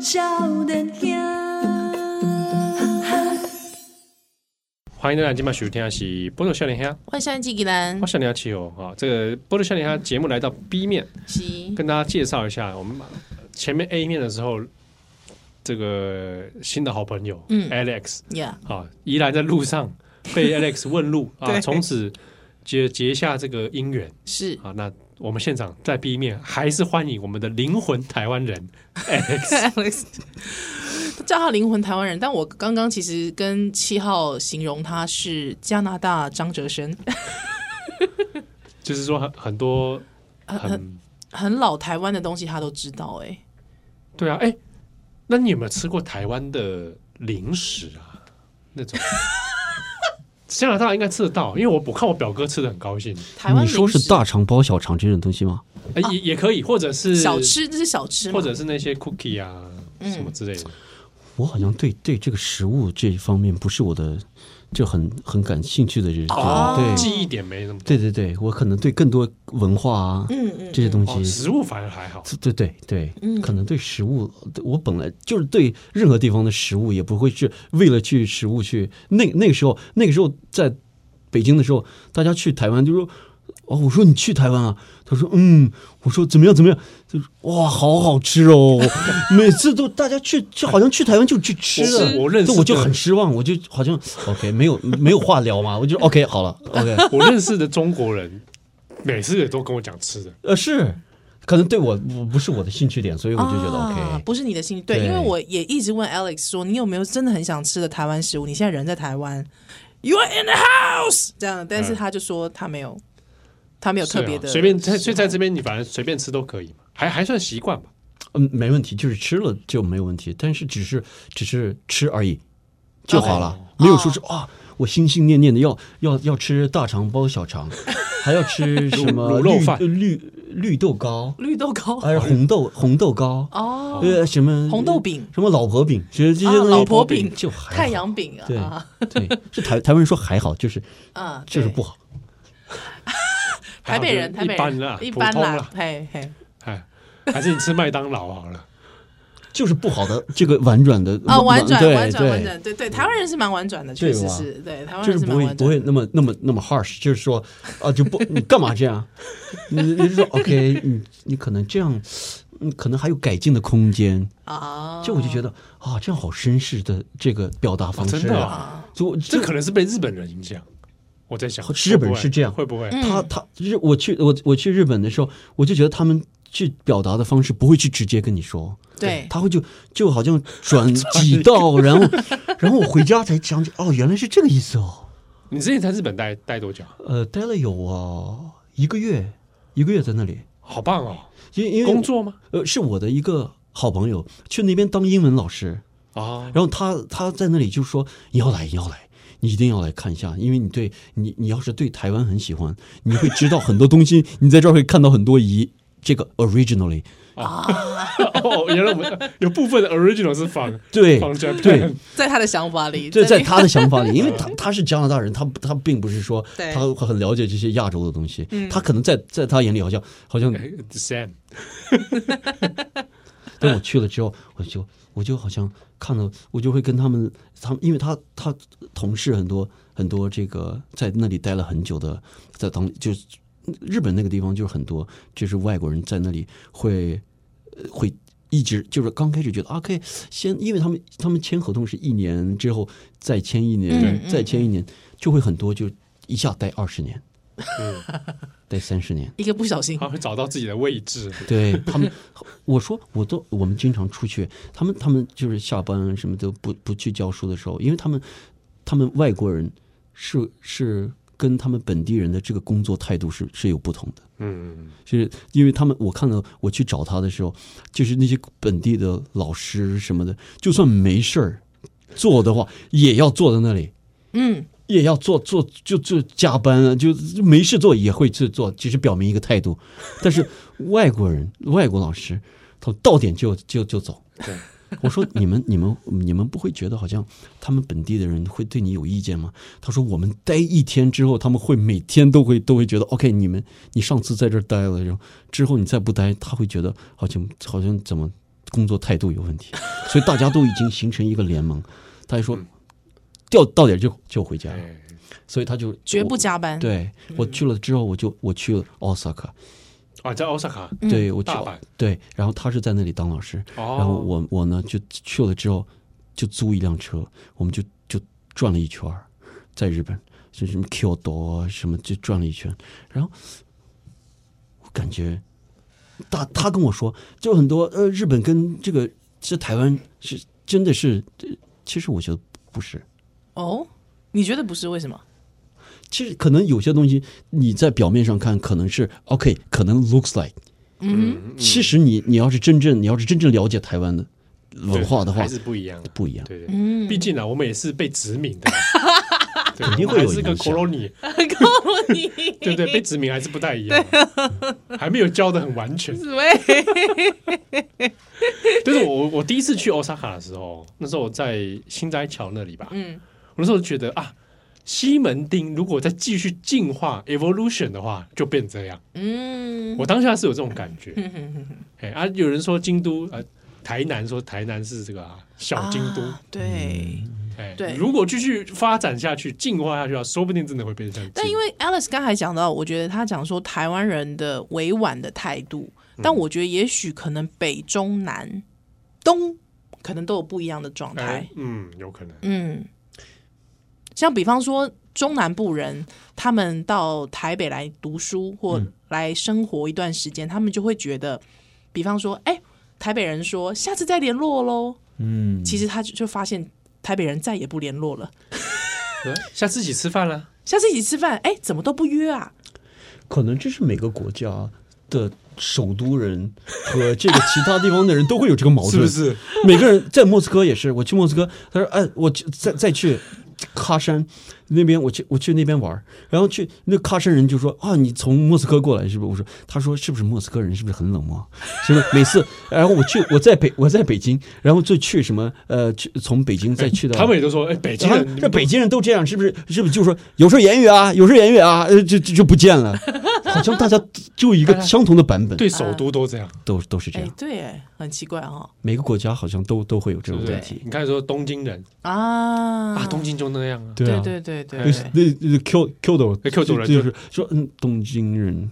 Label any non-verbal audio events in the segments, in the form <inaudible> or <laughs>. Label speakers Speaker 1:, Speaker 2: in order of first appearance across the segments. Speaker 1: 少年兄，
Speaker 2: 欢迎大家今晚收听的是《波多笑脸虾》，
Speaker 3: 万象季吉兰
Speaker 2: 我，笑脸虾气候啊。这个《波多笑脸虾》节目来到 B 面，
Speaker 3: 是
Speaker 2: 跟大家介绍一下，我们呃前面 A 面的时候，这个新的好朋友，
Speaker 3: 嗯
Speaker 2: a l e x
Speaker 3: 呀，
Speaker 2: 啊，宜兰在路上
Speaker 3: <laughs>
Speaker 2: 被 Alex 问路啊，
Speaker 3: 对
Speaker 2: 从此结结下这个姻缘
Speaker 3: 是
Speaker 2: 啊。那我们现场在 B 面还是欢迎我们的灵魂台湾人 Alex，
Speaker 3: Alex，叫他灵魂台湾人，但我刚刚其实跟七号形容他是加拿大张哲生，
Speaker 2: 就是说很很多
Speaker 3: 很很
Speaker 2: 很
Speaker 3: 很老台湾的东西他都知道、哎，
Speaker 2: 对啊，哎、那你有没有吃过台湾的零食啊？那
Speaker 3: <laughs>
Speaker 2: 种加拿大应该吃得到，因为我我看我表哥吃的很高兴，
Speaker 3: 台湾
Speaker 4: 你说
Speaker 3: 零食
Speaker 4: 是大肠包小肠这种东西吗？
Speaker 2: 哎、也也可以，或者是
Speaker 3: 哦小，吃，这是小吃嘛，
Speaker 2: 或者是那些 cookie 啊
Speaker 3: 嗯
Speaker 2: 什么之类的。
Speaker 4: 我好像对对这个食物这一方面不是我的就很很感兴趣的人，
Speaker 2: 哦
Speaker 4: 对
Speaker 2: 记忆点没那么多
Speaker 4: 对对对对，我可能对更多文化啊
Speaker 3: 嗯嗯嗯
Speaker 4: 这些东
Speaker 2: 哦，
Speaker 4: 西，
Speaker 2: 食物反而还好。
Speaker 4: 对对对
Speaker 3: 嗯
Speaker 4: 对，可能对食物，我本来就是对任何地方的食物也不会去为了去食物去那那个时候那个时候在北京的时候，大家去台湾就说。哦，我说你去台湾啊？他说嗯，我说怎么样怎么样？就是哇，好好吃哦！每次都大家去，就好像去台湾就去吃
Speaker 2: 我
Speaker 4: 了。
Speaker 2: 我认识
Speaker 4: 对我就
Speaker 2: 的
Speaker 4: 很失望，我就好像 OK 没有没有话聊嘛，我就 OK 好了
Speaker 3: <laughs>
Speaker 4: OK
Speaker 2: 我认识的中国人，每次也都跟我讲吃的，
Speaker 4: 呃是，可能对我不不是我的兴趣点，所以我就觉得 OK、
Speaker 3: 啊、不是你的兴趣，对，
Speaker 4: 对
Speaker 3: 因为我也一直问 Alex 说，你有没有真的很想吃的台湾食物？你现在人在台湾，You are in the house 这样，但是
Speaker 2: 嗯
Speaker 3: 他就说他没有，他没有
Speaker 2: 是啊
Speaker 3: 特别的，
Speaker 2: 随便在所以在这边你反正随便吃都可以嘛，还还算习惯吧。
Speaker 4: 嗯，没问题，就是吃了就没有问题，但是只是只是吃而已就好了没
Speaker 3: 哦
Speaker 4: 有说是啊，我心心念念的要要要吃大肠包小肠，还要
Speaker 3: <laughs>
Speaker 4: 吃什么
Speaker 2: 卤肉
Speaker 4: 绿
Speaker 2: 饭
Speaker 4: 绿绿豆糕，
Speaker 3: 绿豆糕
Speaker 4: 还有红豆红豆糕，
Speaker 3: 哦，
Speaker 4: 呃什么
Speaker 3: 红豆饼
Speaker 4: 什么老婆饼，其实这些
Speaker 3: 啊
Speaker 4: 东西
Speaker 3: 老婆饼
Speaker 4: 就还好
Speaker 3: 太阳饼啊，
Speaker 4: 对
Speaker 3: 啊
Speaker 4: 对，是台台湾人说还好，就是
Speaker 3: 啊，
Speaker 4: 就是
Speaker 3: 对
Speaker 4: 不好。
Speaker 3: 台北人，台
Speaker 2: 一
Speaker 3: 北
Speaker 2: 般
Speaker 3: 人
Speaker 4: 啊
Speaker 2: 啦，
Speaker 3: 一
Speaker 2: 普
Speaker 3: 般
Speaker 2: 通
Speaker 3: 啦
Speaker 2: 啦，，
Speaker 3: 嘿嘿，
Speaker 2: 哎，还是你吃麦当劳好了。
Speaker 4: 就是不好的这个婉转的
Speaker 3: 啊，婉转
Speaker 4: 嗯对
Speaker 3: 婉转
Speaker 4: 对
Speaker 3: 婉转，对对，台湾人是蛮婉转的，确
Speaker 4: 对
Speaker 3: 实
Speaker 4: 吧
Speaker 3: 是对台湾
Speaker 4: 就
Speaker 3: 人
Speaker 4: 是不
Speaker 3: 蛮
Speaker 4: 会
Speaker 3: 婉
Speaker 4: 不
Speaker 3: 转
Speaker 4: 会
Speaker 3: 的，
Speaker 4: 那么那么那么 harsh，就是说啊就不你干嘛这样？你你就说 OK，你你可能这样，嗯，可能还有改进的空间。
Speaker 3: 啊，
Speaker 4: 这我就觉得啊，这样好绅士的这个表达方式、
Speaker 2: 真的
Speaker 3: 啊
Speaker 2: 啊，
Speaker 4: 所以我
Speaker 2: 这可能是被日本人影响。我在想，
Speaker 4: 日本是这样
Speaker 2: 会不会？
Speaker 3: 嗯
Speaker 4: 他他日我去我我去日本的时候，我就觉得他们去表达的方式不会去直接跟你说，
Speaker 3: 对
Speaker 4: 他会就就好像转几道，
Speaker 2: <laughs>
Speaker 4: 然后然后我回家才想起，哦，原来是这个意思哦。
Speaker 2: 你之前在日本待待多久？
Speaker 4: 呃，待了有啊一个月，一个月在那里，
Speaker 2: 好棒哦！
Speaker 4: 因因为
Speaker 2: 工作吗？
Speaker 4: 呃是我的一个好朋友去那边当英文老师，
Speaker 2: 啊，
Speaker 4: 然后他他在那里就说你要来你要来，你一定要来看一下，因为你对你你要是对台湾很喜欢，你会知道很多东西，你在这儿会看到很多疑。这个 originally
Speaker 2: <laughs> 哦，原来我们有部分的 original 是仿
Speaker 4: 对
Speaker 2: 仿 j a <laughs>
Speaker 4: 对，
Speaker 3: 在他的想法里，
Speaker 4: 这在
Speaker 3: 那
Speaker 4: 他的想法里，因为他他是加拿大人，他他并不是说
Speaker 3: 对
Speaker 4: 他很了解这些亚洲的东西，他可能在在他眼里好像好
Speaker 2: 哎
Speaker 4: 像
Speaker 2: Sam
Speaker 3: 嗯
Speaker 4: 但我去了之后，我就我就好像看到，我就会跟他们，他们因为他他同事很多很多这个在那里待了很久的，在当就是日本那个地方就是很多就是外国人在那里会呃会。一直就是刚开始觉得啊，可以先，因为他们他们签合同是一年之后再签一年，
Speaker 3: 嗯嗯
Speaker 4: 再签一年，就会很多就一下待二十年，
Speaker 3: 嗯
Speaker 4: 待三十年。
Speaker 3: 一个不小心
Speaker 2: 他会找到自己的位置。
Speaker 4: 对他们， <laughs> 我说我都我们经常出去，他们他们就是下班什么都不不去教书的时候，因为他们他们外国人是是跟他们本地人的这个工作态度是是有不同的，
Speaker 2: 嗯，
Speaker 4: 就是因为他们我看到我去找他的时候，就是那些本地的老师什么的，就算没事儿做的话，也要坐在那里。
Speaker 3: 嗯，
Speaker 4: 也要做做就就加班啊，就就没事做也会去做，只是表明一个态度。但是外国人、外国老师，他们到点就就就走。
Speaker 2: 对，
Speaker 4: 我说你们你们你们不会觉得好像他们本地的人会对你有意见吗？他说我们待一天之后，他们会每天都会都会觉得 OK，你们你上次在这儿待了，然后之后你再不待，他会觉得好像好像怎么工作态度有问题，所以大家都已经形成一个联盟。他就说，掉到点就就回家了，
Speaker 2: 哎
Speaker 4: 所以他就
Speaker 3: 绝不嗯
Speaker 4: 我
Speaker 3: 加班。
Speaker 4: 对我去了之后，我就我去了奥萨卡，
Speaker 2: 啊，在奥萨卡
Speaker 3: 嗯
Speaker 4: 对我去
Speaker 2: 大阪
Speaker 4: 对，然后他是在那里当老师，
Speaker 2: 哦，
Speaker 4: 然后我我呢就去了之后就租一辆车，我们就就转了一圈儿，在日本就什么 Kyoto 啊什么就转了一圈，然后我感觉他他跟我说，就很多呃日本跟这个这台湾是真的是，呃其实我觉得不是。
Speaker 3: 哦，你觉得不是为什么？
Speaker 4: 其实可能有些东西你在表面上看可能是 OK，可能 looks like，
Speaker 2: 嗯，嗯
Speaker 4: 其实你你要是真正你要是真正了解台湾的文化的
Speaker 2: 对
Speaker 4: 话
Speaker 2: 还，是不一样啊，
Speaker 4: 不一样。
Speaker 2: 对
Speaker 3: 嗯
Speaker 2: 对，毕竟啊，我们也是被殖民
Speaker 4: <laughs>
Speaker 2: 的啊，对
Speaker 4: 肯定
Speaker 2: 我们
Speaker 4: 会有
Speaker 2: 还是个
Speaker 4: 影
Speaker 3: <laughs>
Speaker 4: 响
Speaker 2: colony，
Speaker 3: 告你
Speaker 2: 对对，被殖民还是不太一样，还没有教的很完
Speaker 3: <laughs>
Speaker 2: 全。
Speaker 3: 喂，
Speaker 2: <laughs> 但是我我第一次去欧萨卡的时候，那时候我在新斋桥那里吧，
Speaker 3: 嗯，
Speaker 2: 我那时候觉得啊，西门町如果再继续进化 evolution 的话，就变这样。
Speaker 3: 嗯，
Speaker 2: 我当下是有这种感
Speaker 3: <laughs>
Speaker 2: 觉，
Speaker 3: 嗯嗯嗯
Speaker 2: 哎啊，有人说京都呃。台南说台南是这个、啊、小京都，
Speaker 3: 啊对，
Speaker 4: 嗯
Speaker 2: 哎，
Speaker 3: 对
Speaker 2: 如果继续发展下去、进化下去啊，说不定真的会变成。
Speaker 3: 但因为 Alice 刚才讲到，我觉得他讲说台湾人的委婉的态度，
Speaker 4: 嗯
Speaker 3: 但我觉得也许可能北中南东可能都有不一样的状态。
Speaker 2: 哎，嗯，有可能，
Speaker 3: 嗯，像比方说中南部人，他们到台北来读书或来生活一段时间，他们就会觉得，比方说，哎、台北人说下次再联络喽，
Speaker 4: 嗯，
Speaker 3: 其实他就就发现台北人再也不联络了。
Speaker 2: 哎下次一起吃饭啦。
Speaker 3: 下次一起吃饭，哎、怎么都不约啊？
Speaker 4: 可能这是每个国家的首都人和这个其他地方的人都会有这个 <laughs> 矛盾，
Speaker 2: 是不是？
Speaker 4: 每个人在莫斯科也是，我去莫斯科，他说：“哎，我去再再去喀山那边，我去我去那边玩儿。”然后去那喀山人就说：“啊，你从莫斯科过来是不是？”我说：“他说是不是莫斯科人是不是很冷漠？是不 <laughs> 是每次？然后我去我在北我在北京，然后就去什么呃去从北京再去到
Speaker 2: 他们也都说，哎，北京
Speaker 4: 他
Speaker 2: 人，
Speaker 4: 们
Speaker 2: 你
Speaker 4: 这
Speaker 2: 们
Speaker 4: 北京人都这样，是不是？是不是就说有时候言语啊，有时候言语啊，呃，就就就不见
Speaker 2: <laughs>
Speaker 4: 了，好像大家就一个相同的版本，
Speaker 2: 对首都都这样，
Speaker 4: 都都是这啊
Speaker 3: 哎、
Speaker 4: 样，
Speaker 3: 对，哎，很奇怪哦。
Speaker 4: 每个国家好像都都会有这
Speaker 2: 对
Speaker 4: 种
Speaker 2: 不
Speaker 4: 问
Speaker 2: 对
Speaker 4: 题？
Speaker 2: 你看说东京人
Speaker 3: 啊
Speaker 2: 啊，东京就那样啊，
Speaker 3: 对
Speaker 4: 啊，
Speaker 3: 对对对
Speaker 2: 哎
Speaker 3: 对
Speaker 4: 那那那 Q Q 斗
Speaker 2: 哎，Kyoto 人
Speaker 4: 就是说嗯，东京人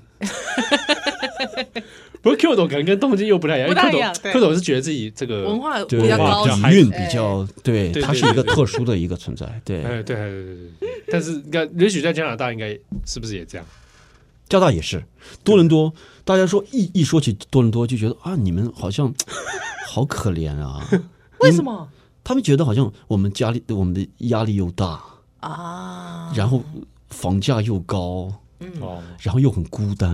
Speaker 2: 不过 Q 斗可能跟东京又不太一样，
Speaker 3: 不
Speaker 2: 因
Speaker 3: 太
Speaker 2: 为
Speaker 3: 一样
Speaker 2: Q 斗 Q 斗是觉得自己这个
Speaker 3: 文，化比
Speaker 4: 对
Speaker 3: 较
Speaker 2: 文化
Speaker 3: 高级
Speaker 2: 比较，
Speaker 4: 底蕴
Speaker 3: 哎
Speaker 4: 比较对
Speaker 2: 对，
Speaker 4: 它是一个特殊的一个存在。对，
Speaker 2: 哎，对对对对对对，但是你看，也许在加拿大应该是不是也这样？
Speaker 4: 加拿大也是，多伦多，大家说一一说起多伦多，就觉得啊，你们好像好可怜啊，
Speaker 3: 为什么
Speaker 4: 他们觉得好像我们家里我们的压力又大。
Speaker 3: 啊？
Speaker 4: 嗯然后房价又高，
Speaker 3: 嗯
Speaker 2: 哦，
Speaker 4: 然后又很孤单，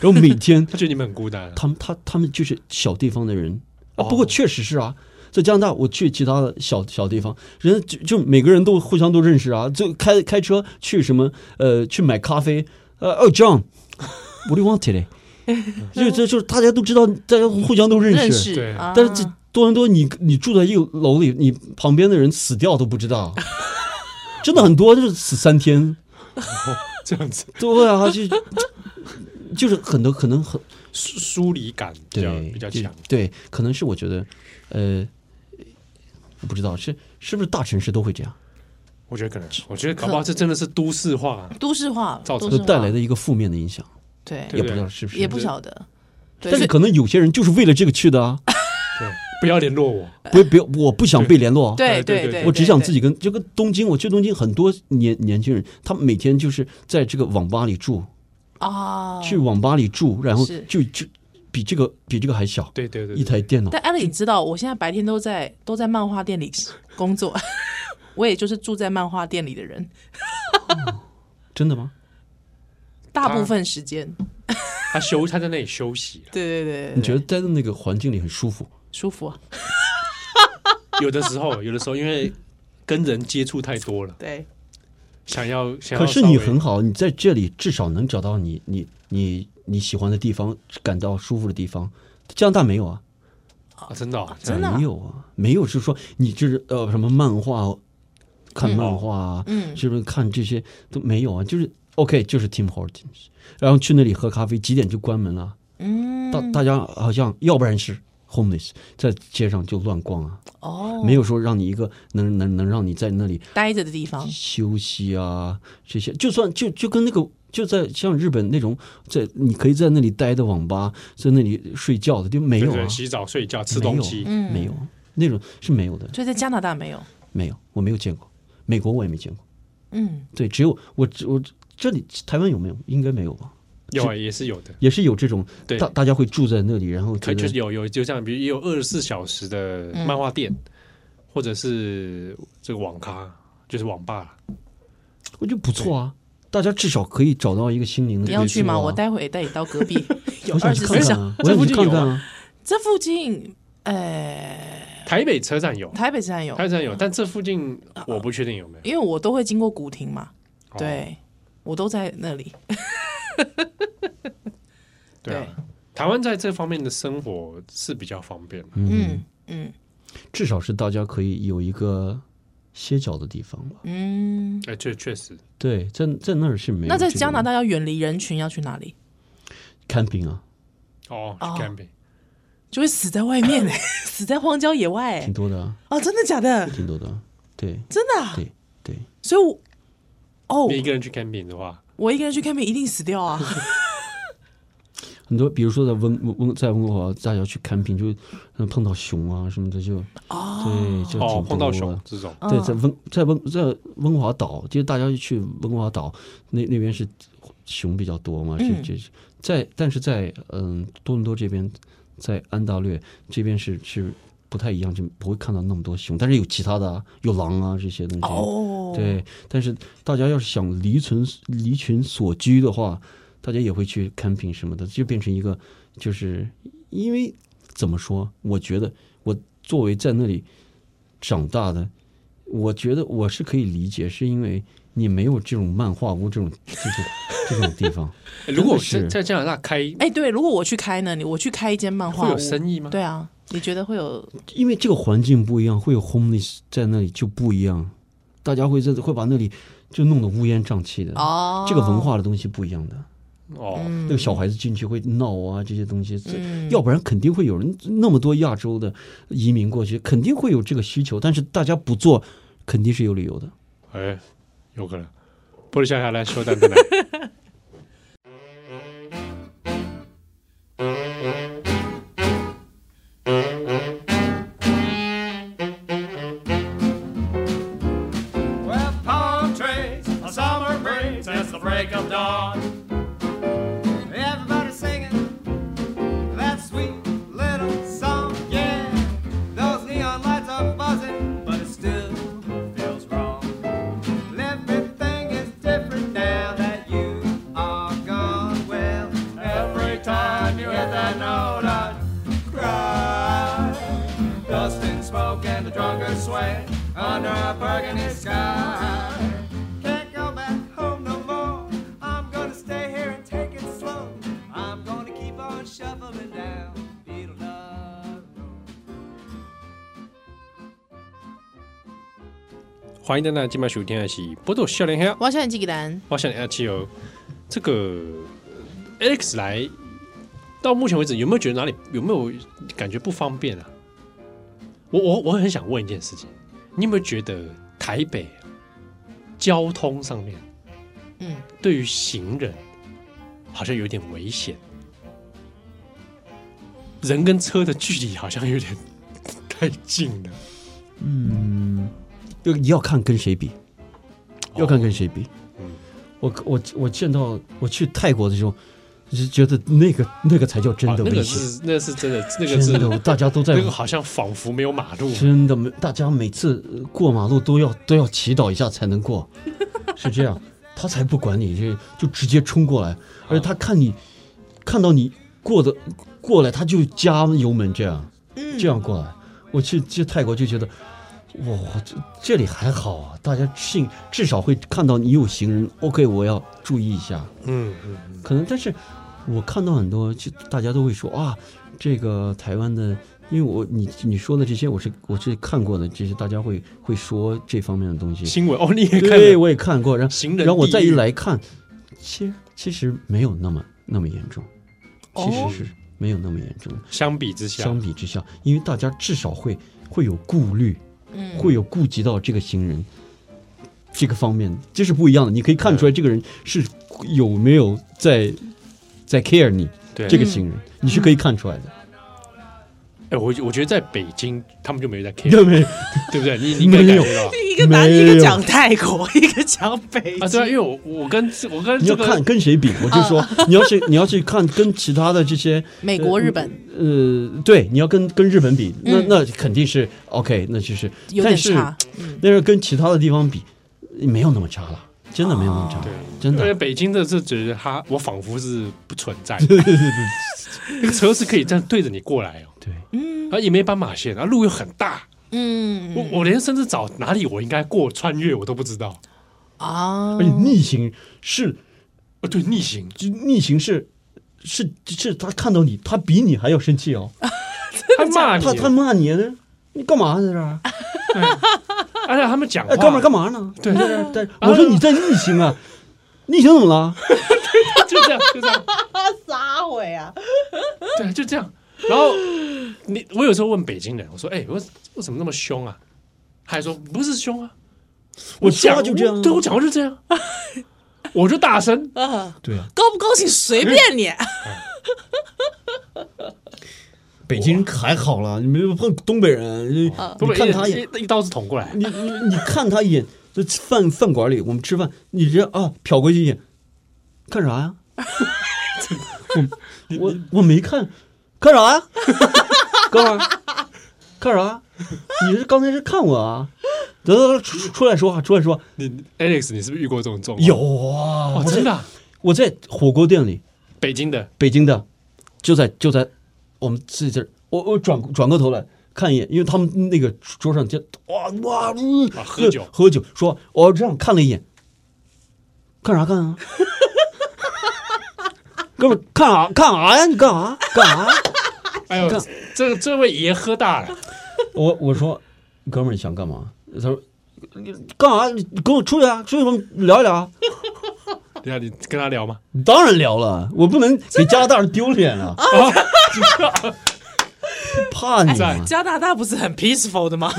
Speaker 4: 然后每天
Speaker 2: 他觉得你们很孤单啊，
Speaker 4: 他们他他们就是小地方的人啊，不过确实是啊。在加拿大，我去其他的小小地方，人家就就每个人都互相都认识啊，就开开车去什么呃去买咖啡，呃哦 John，what do you want today？就就就大家都知道，大家互相都认识，
Speaker 3: 认识，
Speaker 2: 对
Speaker 3: 啊
Speaker 4: 但是这多伦多你，你住在一个楼里，你旁边的人死掉都不知道，真的很多，就是死三天，
Speaker 2: 这样子
Speaker 4: 对啊，就就是很多可能很
Speaker 2: 疏疏离感比较
Speaker 4: 对
Speaker 2: 比较
Speaker 4: 就
Speaker 2: 强，
Speaker 4: 对，可能是我觉得，呃，我不知道是是不是大城市都会这样，
Speaker 2: 我觉得可能，我觉得搞不好这真的是都市化，啊
Speaker 3: 都市化
Speaker 2: 造成
Speaker 3: 都
Speaker 4: 就
Speaker 3: 市
Speaker 4: 带来
Speaker 3: 化
Speaker 4: 的一个负面的影响，
Speaker 3: 对
Speaker 2: 对
Speaker 4: 也不知道是不是，
Speaker 3: 也不晓得。对，
Speaker 4: 但是
Speaker 3: 所以
Speaker 4: 可能有些人就是为了这个去的啊，
Speaker 2: 对，不要联络我，
Speaker 4: 不不要，我不想被联络啊，
Speaker 3: 对
Speaker 2: 哎对
Speaker 3: 对
Speaker 2: 对
Speaker 3: 对，
Speaker 4: 我只
Speaker 3: 对
Speaker 4: 想
Speaker 3: 对
Speaker 4: 自己跟就跟东京，我去东京很多年年轻人，他们每天就是在这个网吧里住，
Speaker 3: 啊
Speaker 4: 去。网吧里住，然后
Speaker 3: 哦是
Speaker 4: 就就比这个比这个还小，
Speaker 2: 对对对，
Speaker 4: 一台电脑，
Speaker 3: 但艾丽，你知道，我现在白天都在都在漫画店里工作， <laughs> 我也就是住在漫画店里的人，
Speaker 4: 真的吗？
Speaker 3: 大
Speaker 2: 他
Speaker 3: 部分时间。
Speaker 2: 他休他在那里休息，
Speaker 4: <laughs>
Speaker 3: 对对对，
Speaker 4: 你觉
Speaker 3: 得
Speaker 4: 得待在那个环境里很舒服？
Speaker 3: 舒服啊？
Speaker 2: 有的时候有的时候因为跟人接触太多了，
Speaker 3: 对，
Speaker 2: 想要想要
Speaker 4: 可是
Speaker 2: 稍
Speaker 4: 你
Speaker 2: 微
Speaker 4: 很好，你在这里至少能找到你你你你喜欢的地方，感到舒服的地方。加拿大没有啊，
Speaker 2: 啊，真的哦
Speaker 3: 真的啊
Speaker 4: 没有啊，没有，就是说你就是呃什么漫画，看漫画啊，
Speaker 3: 嗯
Speaker 4: 是不是看这些都没有啊？就是 OK，就是 Tim Hortons，然后去那里喝咖啡，几点就关门了？
Speaker 3: 嗯，
Speaker 4: 大大家好像要不然是 homeless 在街上就乱逛啊，
Speaker 3: 哦，
Speaker 4: 没有说让你一个能能能让你在那里
Speaker 3: 待着的地方，
Speaker 4: 休息啊，这些就算就就跟那个就在像日本那种在你可以在那里待的网吧，在那里睡觉的就没有
Speaker 2: 就是
Speaker 4: 啊，
Speaker 2: 洗澡、睡觉、吃
Speaker 4: 没有
Speaker 2: 东西，
Speaker 3: <laughs> 嗯，
Speaker 4: 没有啊那种是没有的，
Speaker 3: 所以在加拿大没有，
Speaker 4: 没有我没有见过，美国我也没见过，
Speaker 3: 嗯，
Speaker 4: 对，只有我只我这里台湾有没有？应该没有吧，
Speaker 2: 有啊，也是有的。
Speaker 4: 也是有这种
Speaker 2: 对
Speaker 4: 大大家会住在那里，然后
Speaker 2: 可
Speaker 4: 觉得
Speaker 2: 就是有有就像比如也有二十四小时的
Speaker 3: 嗯
Speaker 2: 漫画店，或者是这个网咖，就是网吧啦。
Speaker 4: 我觉得不错啊，大家至少可以找到一个心灵的
Speaker 3: 你
Speaker 4: 归
Speaker 3: 要去
Speaker 4: 宿
Speaker 3: 吗？
Speaker 4: 啊
Speaker 3: 我待会带你到 <laughs> 隔壁，有
Speaker 4: 我想
Speaker 3: 二
Speaker 4: 去
Speaker 3: 十
Speaker 4: 看
Speaker 3: 四
Speaker 4: 看
Speaker 3: 小，
Speaker 2: <laughs>
Speaker 4: 啊，
Speaker 2: 这
Speaker 4: 我想
Speaker 2: 附
Speaker 4: 去
Speaker 2: 近
Speaker 4: 看
Speaker 2: 有
Speaker 4: 看啊。
Speaker 3: 这附近，呃，
Speaker 2: 台北车站有，
Speaker 3: 台北站有嗯
Speaker 2: 台，北车站有，但这附近我不确定有没有。
Speaker 3: 因为我都会经过古亭嘛，
Speaker 2: 哦
Speaker 3: 对我都在那里，
Speaker 2: 对啊，台湾在这方面的生活是比较方便的。
Speaker 3: 嗯嗯
Speaker 4: 至少是大家可以有一个歇脚的地方吧。
Speaker 3: 嗯。
Speaker 2: 哎，确确实，
Speaker 4: 对，在在那儿是没有。
Speaker 3: 那在加拿大要远离人群，要去哪里？
Speaker 4: camping 啊，
Speaker 2: 哦，去
Speaker 3: 哦
Speaker 2: camping
Speaker 3: 就会死在外面、欸，死在荒郊野外、欸
Speaker 4: <laughs> 挺。多的、啊，
Speaker 3: 哦，真的假的？
Speaker 4: 挺多的、啊。对
Speaker 3: 真的、啊。
Speaker 4: 对对，
Speaker 3: 所以我，哦，
Speaker 2: 你一个人去 camping 的话，
Speaker 3: 我一个人去看病一定死掉啊！
Speaker 4: 很多，比如说在温温温在温哥华，大家去 camping 就呃碰到熊啊什么的就，对，就挺多
Speaker 2: 哦，碰到
Speaker 4: 的
Speaker 2: 熊这
Speaker 4: <laughs>
Speaker 2: 种，
Speaker 4: 对，在温在温在温华岛，就是大家去温华岛那那边是熊比较多嘛，
Speaker 3: 嗯
Speaker 4: 这这是在但是在嗯多伦多这边，在安大略这边是是不太一样，就不会看到那么多熊，但是有其他的啊，有狼啊这些东西。
Speaker 3: 哦，，
Speaker 4: 对，但是大家要是想离群离群所居的话，大家也会去 camping 什么的，就变成一个，就是因为怎么说？我觉得我作为在那里长大的，我觉得我是可以理解，是因为你没有这种漫画屋这种这
Speaker 3: <laughs>
Speaker 4: 种这种地方，
Speaker 2: 哎如果
Speaker 4: 真
Speaker 2: 是
Speaker 4: 的是
Speaker 2: 在加拿大开，
Speaker 3: 哎、对，如果我去开呢，你我去开一间漫画
Speaker 2: 会有
Speaker 3: 屋
Speaker 2: 生意吗？
Speaker 3: 对啊，你觉得会有？
Speaker 4: 因为这个环境不一样，会有 homeless 在那里就不一样，大家会在会把那里就弄得乌烟瘴气的。
Speaker 3: 哦，
Speaker 4: 啊这个文化的东西不一样的。
Speaker 2: 哦，
Speaker 4: 那个小孩子进去会闹啊，这些东西，这要不然肯定会有人那么多亚洲的移民过去，肯定会有这个需求，但是大家不做，肯定是有理由的。
Speaker 2: 哎，有可能。不如下下来说蛋
Speaker 4: <laughs>
Speaker 2: 蛋。
Speaker 1: With palm trees, a summer breeze, it's the break of dawn. Everybody singing that sweet little song, yeah. Those neon lights are buzzing, but it still feels wrong. Everything is different now that you are gone. Well, every time you hit that note, I cry. Dust and smoke and the drunkard's sway under a burgundy sky. Can't go back home no more. I'm gonna stay here and take it slow. I'm gonna keep on shoveling down Beetle Love Road.
Speaker 2: 欢迎蛋蛋，今晚收听的是《波多笑脸黑》，啊
Speaker 3: 我要向你寄给单，
Speaker 2: 我想 H 哦，这个呃 Alex 来到目前为止有没有觉得哪里有没有感觉不方便啊？我我我很想问一件事情，你有没有觉得台北交通上面
Speaker 3: 嗯，
Speaker 2: 对于行人好像有点危险，人跟车的距离好像有点 <laughs> 太近了。
Speaker 4: 要要看跟谁比，要看跟谁比。
Speaker 2: 哦嗯
Speaker 4: 我我我见到我去泰国的时候，就觉得那个那个才叫真
Speaker 2: 啊
Speaker 4: 的
Speaker 2: 那
Speaker 4: 危
Speaker 2: 个
Speaker 4: 险，
Speaker 2: 是那是真的，那个是
Speaker 4: 真的大家都在
Speaker 2: 那个好像仿佛没有马路，
Speaker 4: 真的没，大家每次呃过马路都要都要祈祷一下才能过，是这样，他才不管你，这就直接冲过来，而且他看你看到你过的过来，他就加油门这样，这样过来。我去去泰国就觉得，哇，这这里还好啊，大家至至少会看到你有行人，OK，我要注意一下。
Speaker 2: 嗯嗯
Speaker 4: 可能，但是我看到很多，就大家都会说啊，这个台湾的，因为我你你说的这些，我是我是看过的，这些大家会会说这方面的东西，
Speaker 2: 新闻哦，你也看
Speaker 4: 对，
Speaker 2: 了
Speaker 4: 我也看过，然后
Speaker 2: 行人地狱，
Speaker 4: 然后我再一来看，其实其实没有那么那么严重，其
Speaker 3: 哦
Speaker 4: 实是、没有那么严重。
Speaker 2: 相比之下，
Speaker 4: 相比之下，因为大家至少会会有顾虑，嗯，会有顾及到这个行人这个方面，这是不一样的。你可以看出来，这个人是有没有在在 care 你
Speaker 2: 对
Speaker 4: 这个行人，
Speaker 3: 嗯
Speaker 4: 你是可以看出来的。
Speaker 2: 哎、我我觉得在北京他们就
Speaker 4: <laughs>
Speaker 2: 没有在 care，
Speaker 4: 认为
Speaker 2: 对不对？你你应该
Speaker 4: 没
Speaker 2: 感
Speaker 4: 有
Speaker 2: 觉到
Speaker 3: 一个南，
Speaker 4: 没有
Speaker 3: 一个讲泰国，一个讲北
Speaker 2: 啊，对啊，
Speaker 3: 京，
Speaker 2: 因为我我跟我跟
Speaker 4: 你
Speaker 2: 这
Speaker 4: 要
Speaker 2: 个
Speaker 4: 看跟谁比，我就说你要是你要去看跟其他的这些
Speaker 3: 啊 <laughs> 美国、日本
Speaker 4: 呃，对，你要跟跟日本比，那
Speaker 3: 嗯
Speaker 4: 那肯定是 OK，那就是
Speaker 3: 有
Speaker 4: 但
Speaker 3: 点
Speaker 4: 是
Speaker 3: 差，嗯，
Speaker 4: 但是跟其他的地方比，没有那么差了，真的没有那么
Speaker 3: 啊
Speaker 4: 差，
Speaker 2: 对，
Speaker 4: 真
Speaker 2: 因为
Speaker 4: 的。
Speaker 2: 北京的是觉得他，我仿佛是不存在的，那个车是可以这样对着你过来哦，
Speaker 4: 对，
Speaker 2: 啊，也没斑马线，然后路又很大，
Speaker 3: 嗯
Speaker 2: 我我连甚至找哪里我应该过穿越我都不知道，
Speaker 3: 啊
Speaker 4: 而，且逆行是
Speaker 2: 啊，对，逆
Speaker 4: <laughs>
Speaker 2: 行，
Speaker 4: 就逆行是是是他看到你，他比你还要生气哦，
Speaker 2: 他骂你，
Speaker 4: 他他骂你哎呢，你干嘛在这儿？
Speaker 2: 而且他们讲话，
Speaker 4: 哎，哥们儿干嘛呢？
Speaker 2: 对
Speaker 4: 你在这儿 <laughs> 待着我说你在逆行啊，逆行怎么了？
Speaker 2: 就这样，就这样，
Speaker 3: <laughs> 撒谎啊，
Speaker 2: 对，就这样。然后你，我有时候问北京人，我说：“哎、我为什么那么凶啊？”他还说：“不是凶啊，
Speaker 4: 我
Speaker 2: 讲
Speaker 4: 说话就这样啊
Speaker 2: 对我讲话就这样，我就大
Speaker 3: <laughs>
Speaker 2: 声。
Speaker 3: 嗯
Speaker 4: 对啊，
Speaker 3: 高不高兴随便你， <laughs>
Speaker 4: 北京人还好了，你没有碰东北人，你
Speaker 2: 东北
Speaker 4: 你看
Speaker 2: 一
Speaker 4: 他一眼，
Speaker 2: 一一刀子捅过来，
Speaker 4: 你你你看他一眼，这饭饭馆里我们吃饭，你这啊瞟过去一眼，看啥呀？ <laughs> 我我我没看，看啥呀？ <laughs> 哥们儿，看啥？你是刚才是看我啊？得得得，出出出来说话，出来说话。
Speaker 2: 你 Alex，你是不是遇过这种状况？
Speaker 4: 有啊，
Speaker 2: 哦，
Speaker 4: 我在
Speaker 2: 真的啊、
Speaker 4: 我在火锅店里，
Speaker 2: 北京的
Speaker 4: 北京的，就在就在我们自己这儿，我我转转过头来看一眼，因为他们那个桌上就哇哇、嗯
Speaker 2: 啊喝酒
Speaker 4: 喝酒，说我这样看了一眼，看啥看啊？哥们儿，看啥看啥呀？你干啥干啊啥？
Speaker 2: 哎呦
Speaker 4: 干，
Speaker 2: 这这位爷喝大了，
Speaker 4: 我我说，哥们儿你想干嘛？他说。你干啥？你跟我出去啊！出去我们聊一聊啊。
Speaker 2: 等一下你跟他聊吗？
Speaker 4: 当然聊了，我不能给加拿大人丢脸啊！ <laughs> 怕你
Speaker 2: 在
Speaker 4: 啊！
Speaker 3: 加拿大不是很 peaceful 的 <laughs> 吗？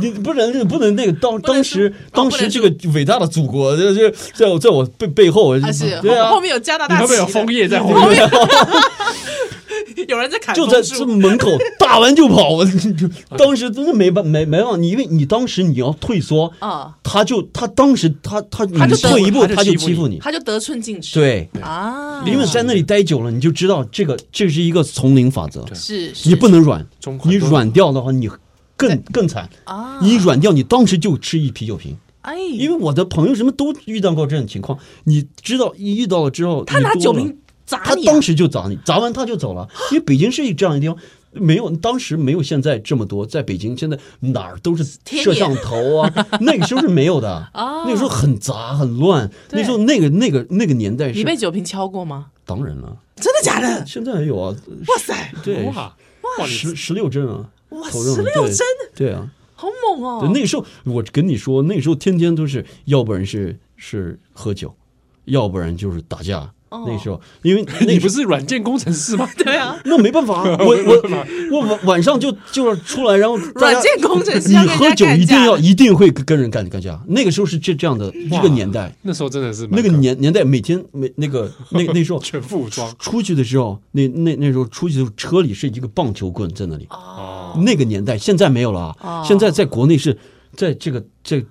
Speaker 4: 你不能不能那个当
Speaker 3: 能啊
Speaker 4: 当时当
Speaker 3: 不
Speaker 4: 时
Speaker 3: 能
Speaker 4: 这个伟大的祖国，这这在我在我背背后，
Speaker 3: 啊是，
Speaker 4: 对啊
Speaker 3: 后，面有加拿
Speaker 2: 你
Speaker 3: 大
Speaker 2: 会不
Speaker 3: 旗
Speaker 2: 会有
Speaker 3: 的，
Speaker 2: 枫叶在后面？
Speaker 3: 有人在砍
Speaker 4: 就
Speaker 3: 枫
Speaker 4: 在
Speaker 3: <laughs>
Speaker 4: 这
Speaker 3: 树，
Speaker 4: 门口打完就跑， <laughs> 我就当时真的没办没没办法，你因为你当时你要退缩，
Speaker 3: 啊，
Speaker 4: 他就他当时他他你
Speaker 3: 他就
Speaker 4: 退一步
Speaker 2: 他就
Speaker 4: 他就
Speaker 2: 欺
Speaker 4: 欺
Speaker 2: 负
Speaker 4: 负
Speaker 2: 你
Speaker 4: 你，
Speaker 3: 他就得寸进尺，
Speaker 4: 对，
Speaker 3: 啊，
Speaker 4: 因为在那里待久了，你就知道这个这是一个丛林法则，
Speaker 3: 是是
Speaker 4: 你不能软
Speaker 2: 中，国
Speaker 4: 你软掉的话你更更惨，
Speaker 3: 啊，
Speaker 4: 你软掉你当时就吃一啤酒瓶。
Speaker 3: 哎，
Speaker 4: 因为我的朋友什么都遇到过这种情况，你知道一遇到了之后，
Speaker 3: 他拿
Speaker 4: 你多
Speaker 3: 酒
Speaker 4: 了
Speaker 3: 瓶砸
Speaker 4: 他
Speaker 3: 你啊，
Speaker 4: 当时就砸你，砸完他就走了。
Speaker 3: <laughs>
Speaker 4: 因为北京是一个这样的地方，没有当时没有现在这么多，在北京现在哪儿都是
Speaker 3: 天
Speaker 4: 摄
Speaker 3: 眼
Speaker 4: 像头
Speaker 3: <laughs>
Speaker 4: 啊，那个时候是没有的。那个时候很杂很乱，
Speaker 3: 哦对
Speaker 4: 那时候那个那个那个年代
Speaker 3: 你
Speaker 4: 是
Speaker 3: 被酒瓶敲过吗？
Speaker 4: 当然了，
Speaker 3: 真的假的？
Speaker 4: 现在还有啊，
Speaker 3: 哇塞，
Speaker 4: 对，
Speaker 2: 哇哇，你
Speaker 4: 十十六针啊，
Speaker 3: 哇，
Speaker 4: 头上
Speaker 3: 十六
Speaker 4: 对
Speaker 3: 针，
Speaker 4: 对啊。
Speaker 3: 好猛
Speaker 4: 对，
Speaker 3: 哦！
Speaker 4: 那个时候我跟你说，那个时候天天都是，要不然是是喝酒，要不然就是打架。
Speaker 3: 哦
Speaker 4: 那个时候，因 <laughs> 为那
Speaker 2: 你
Speaker 4: 个时
Speaker 2: 不
Speaker 4: 候
Speaker 2: 是软件工程师吗？
Speaker 3: 对啊，
Speaker 4: 那没办法啊，我我我晚晚上就就是出来，然后大
Speaker 3: 软
Speaker 4: 家
Speaker 3: 件工程师
Speaker 4: 你
Speaker 3: 要跟人家
Speaker 4: 喝酒
Speaker 3: 干
Speaker 4: 一定
Speaker 3: 架
Speaker 4: 要
Speaker 3: 的
Speaker 4: 一定会跟跟人干干架。那个时候是这这样的这个年代，
Speaker 2: 那时候真的是蛮
Speaker 4: 那个
Speaker 2: 可
Speaker 4: 年年代每天每那个那那时候
Speaker 2: 全副武装
Speaker 4: 出去的时候，那那那时候出去的时候车里是一个棒球棍在那里。
Speaker 2: 哦。
Speaker 4: 那个年代，现在没有了啊！
Speaker 3: 哦
Speaker 4: 现在在国内是在这个这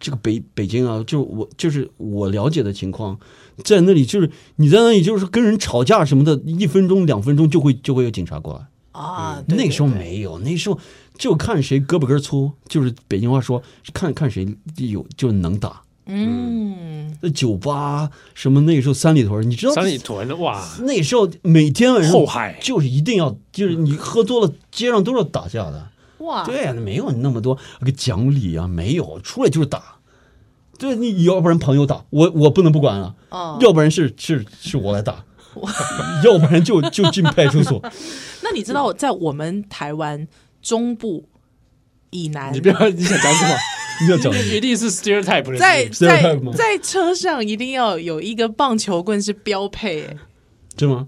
Speaker 4: 这个北北京啊，就我就是我了解的情况，在那里就是你在那里就是跟人吵架什么的，一分钟两分钟就会就会有警察过来。
Speaker 3: 啊！对
Speaker 4: 那个时候，
Speaker 3: 对
Speaker 4: 没有，那时候就看谁胳膊根儿粗，就是北京话说看看谁有就能打。
Speaker 3: 对嗯，
Speaker 4: 那酒吧什么那个时候三里屯，你知道
Speaker 2: 三里屯哇，
Speaker 4: 那时候每天晚上
Speaker 2: 后海
Speaker 4: 就是一定要就是你喝多了街上都是打架的。
Speaker 3: 哇，
Speaker 4: 对呀、没有那么多个讲理啊，没有，出来就是打。对你，要不然朋友打我，我不能不管啊。
Speaker 3: 哦
Speaker 4: 要不然是是是我来打， <laughs> 要不然就就进派出
Speaker 3: <laughs>
Speaker 4: 所。
Speaker 3: 那你知道在我们台湾中部以南
Speaker 2: 你，不要你想讲
Speaker 3: <laughs>
Speaker 2: 什么？
Speaker 4: 你要讲理，
Speaker 2: 一定是 stereotype 的事情
Speaker 3: 在
Speaker 4: 是在泰
Speaker 3: 在
Speaker 4: 国吗
Speaker 3: 在车上一定要有一个棒球棍是标配，哎
Speaker 4: 真的吗？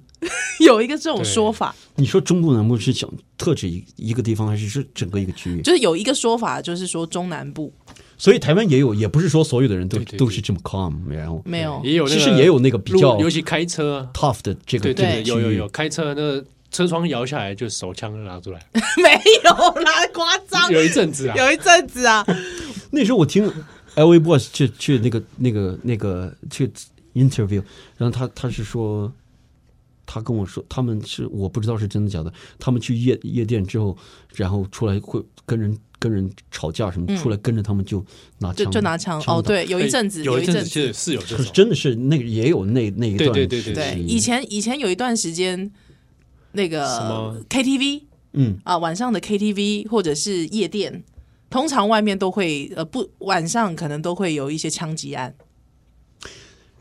Speaker 3: 有一个这种说法，
Speaker 4: 你说中部南部是想特指一一个地方，还是是整个一个区域？
Speaker 3: 就是有一个说法，就是说中南部 <laughs>
Speaker 4: 所以台湾也有，也不是说所有的人都
Speaker 2: 对对对
Speaker 4: 都是这么 calm，然后
Speaker 3: 没有，
Speaker 2: 也有那
Speaker 4: 其
Speaker 2: 个
Speaker 4: 实也有那个比较
Speaker 2: 路尤其开车啊，
Speaker 4: tough 的这个
Speaker 2: 对
Speaker 4: 这
Speaker 2: 对，
Speaker 4: 个区
Speaker 2: 有有
Speaker 4: 域
Speaker 2: 有，开车那个车窗摇下来就手枪拿出来，
Speaker 3: 没有啦，夸张。
Speaker 2: 有一阵子啊，
Speaker 3: <laughs> 有一阵子 <laughs> 啊，
Speaker 4: 那时候我听 L A Boys 去去那个那个那个去 interview，然后他他是说，他跟我说他们是我不知道是真的假的，他们去夜夜店之后，然后出来会跟人跟人吵架什么，出来跟着他们就拿
Speaker 3: 嗯就
Speaker 4: 枪
Speaker 3: 就拿枪
Speaker 4: 枪
Speaker 3: 哦，
Speaker 4: 打，
Speaker 3: 对，有一阵子，
Speaker 2: 有
Speaker 3: 一
Speaker 2: 阵
Speaker 3: 阵
Speaker 2: 子是是有这
Speaker 4: 可是
Speaker 2: 种，
Speaker 4: 真的是那个也有那那一段
Speaker 2: 对对对对嗯
Speaker 3: 对，
Speaker 4: 时期
Speaker 3: 以前以前有一段时间，那
Speaker 2: 什么
Speaker 3: 个 KTV
Speaker 4: 嗯
Speaker 3: 啊、晚上的 KTV 或者是夜店，通常外面都会呃不晚上可能都会有一些枪击案，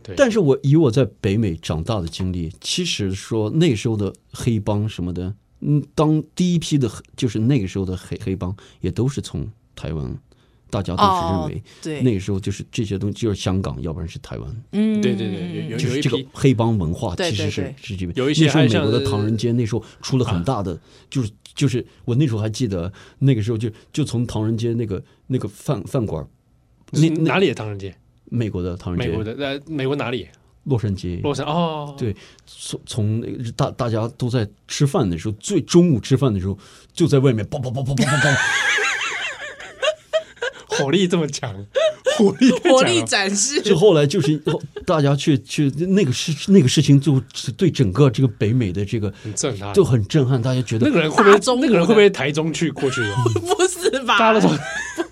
Speaker 2: 对
Speaker 4: 但是我以我在北美长大的经历，其实说那时候的黑帮什么的，嗯，当第一批的黑，就是那个时候的黑黑帮，也都是从台湾，大家都是认
Speaker 2: 哦
Speaker 4: 为、
Speaker 3: 对，
Speaker 4: 那个时候就是这些东西就是香港，要不然是台湾，
Speaker 3: 嗯，
Speaker 2: 对对对，有
Speaker 4: 就
Speaker 2: 有
Speaker 4: 是
Speaker 2: 一
Speaker 4: 这个
Speaker 2: 批
Speaker 4: 黑帮文化
Speaker 3: 对
Speaker 4: 其实是
Speaker 3: 对
Speaker 4: 是这边。
Speaker 2: 有一些
Speaker 4: 那时候
Speaker 2: 还
Speaker 4: 美国的
Speaker 2: 像啊
Speaker 4: 唐人街那时候出了很大的，就是就是我那时候还记得那个时候就就从唐人街那个那个饭饭馆，那
Speaker 2: 是
Speaker 4: 那
Speaker 2: 哪里的唐人街？
Speaker 4: 美国的唐人
Speaker 2: 美国
Speaker 4: 街，
Speaker 2: 的呃，美国哪里？
Speaker 4: 洛杉矶，
Speaker 2: 洛杉哦，
Speaker 4: 对从从那个大大家都在吃饭的时候，最中午吃饭的时候，就在外面梆梆梆梆梆梆 <laughs> 梆，
Speaker 2: 火力这么强，火力太强了啊
Speaker 3: 火力展示，
Speaker 4: 就后来就是后大家去去那个事那个事情，就对整个这个北美的这个
Speaker 2: 很震撼。
Speaker 4: 就很震撼，大家觉
Speaker 2: 那
Speaker 4: 得
Speaker 2: 个人会不会
Speaker 3: 大中午的
Speaker 2: 那个人会不会台中去过去的？ <laughs>
Speaker 3: 不是
Speaker 2: 大
Speaker 3: 吧
Speaker 2: 家都？从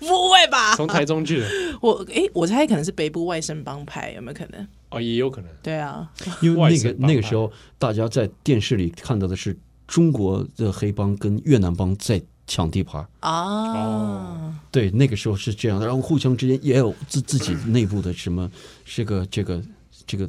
Speaker 3: 不 <laughs> 不会吧？
Speaker 2: 从台中去的
Speaker 3: 我诶，我猜可能是北部外省帮派，有没有可能？
Speaker 2: 哦，也有可能。
Speaker 3: 对啊，
Speaker 4: 因为
Speaker 2: 外
Speaker 4: 那
Speaker 2: 省
Speaker 4: 个
Speaker 2: 帮派
Speaker 4: 那个时候大家在电视里看到的是中国的黑帮跟越南帮在抢地盘儿。
Speaker 2: 哦
Speaker 3: 啊，
Speaker 4: 对，那个时候是这样的，然后互相之间也有自自 <clears throat> 己内部的什么，这个这个这个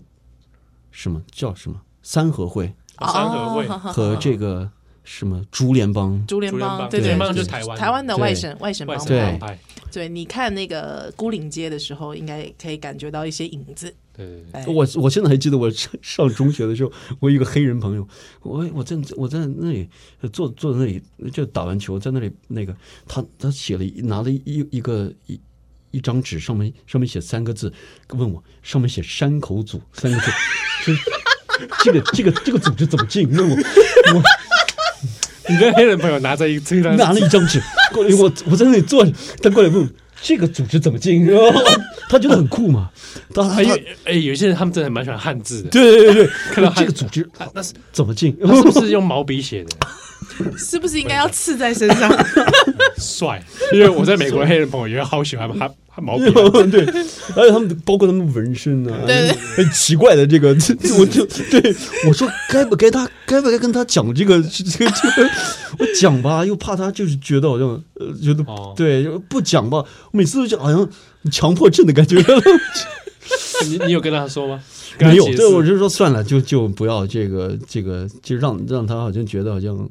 Speaker 4: 什么叫什么三合会，
Speaker 2: 哦三合会、
Speaker 4: 和 <laughs> 这个什么竹联帮，
Speaker 3: 竹联
Speaker 2: 竹联帮，
Speaker 3: 帮，对
Speaker 2: 竹
Speaker 3: 对
Speaker 2: 联
Speaker 4: 联
Speaker 2: 帮
Speaker 4: 帮
Speaker 2: 就是
Speaker 4: 对
Speaker 2: 台湾
Speaker 3: 台湾的
Speaker 4: 对
Speaker 3: 外省外省
Speaker 2: 外
Speaker 3: 帮
Speaker 2: 省
Speaker 4: 对
Speaker 2: 帮
Speaker 3: 派。
Speaker 2: 派，
Speaker 3: 对，你看那个孤岭街的时候，应该可以感觉到一些影子。
Speaker 2: 对对对，
Speaker 3: 哎
Speaker 4: 我我现在还记得我上上中学的时候，我有一个黑人朋友，我我在我在那里呃坐坐在那里就打完球，在那里那个他他写了一拿了一一个一一张纸，上面上面写三个字，问我上面写山口组三个字，说这个这个这个组织怎么进？问我我。 <laughs>
Speaker 2: 你的黑人朋友拿着一这张
Speaker 4: 拿了一张纸过来，我我在那里坐着，他过来问我这个组织怎么进， <laughs> 然后他觉得很酷嘛，他他
Speaker 2: 哎
Speaker 4: 他
Speaker 2: 有哎，有些人他们真的蛮喜欢汉字的，
Speaker 4: 对对对
Speaker 2: 看到
Speaker 4: 对，
Speaker 2: 他
Speaker 4: 这个组织
Speaker 2: 啊那是
Speaker 4: 怎么进？
Speaker 2: 他是不是用毛笔写的？
Speaker 3: 是不是应该要刺在身
Speaker 2: <laughs>
Speaker 3: 上？
Speaker 2: 帅，因为我在美国的黑人朋友也好喜欢他他毛笔啊，
Speaker 4: 对，而且他们包括他们纹身啊，
Speaker 3: 对
Speaker 4: 很奇怪的这个，这这我就对我说该不该他该不该跟他讲这个这个这个，我讲吧，又怕他就是觉得好像呃觉得
Speaker 2: 哦
Speaker 4: 对不讲吧，每次都就好像强迫症的感觉。
Speaker 2: 你你有跟他说 <laughs> 吗？跟他
Speaker 4: 没有，
Speaker 2: 解释
Speaker 4: 对，我就说算了，就就不要这个这个，就让让他好像觉得好像，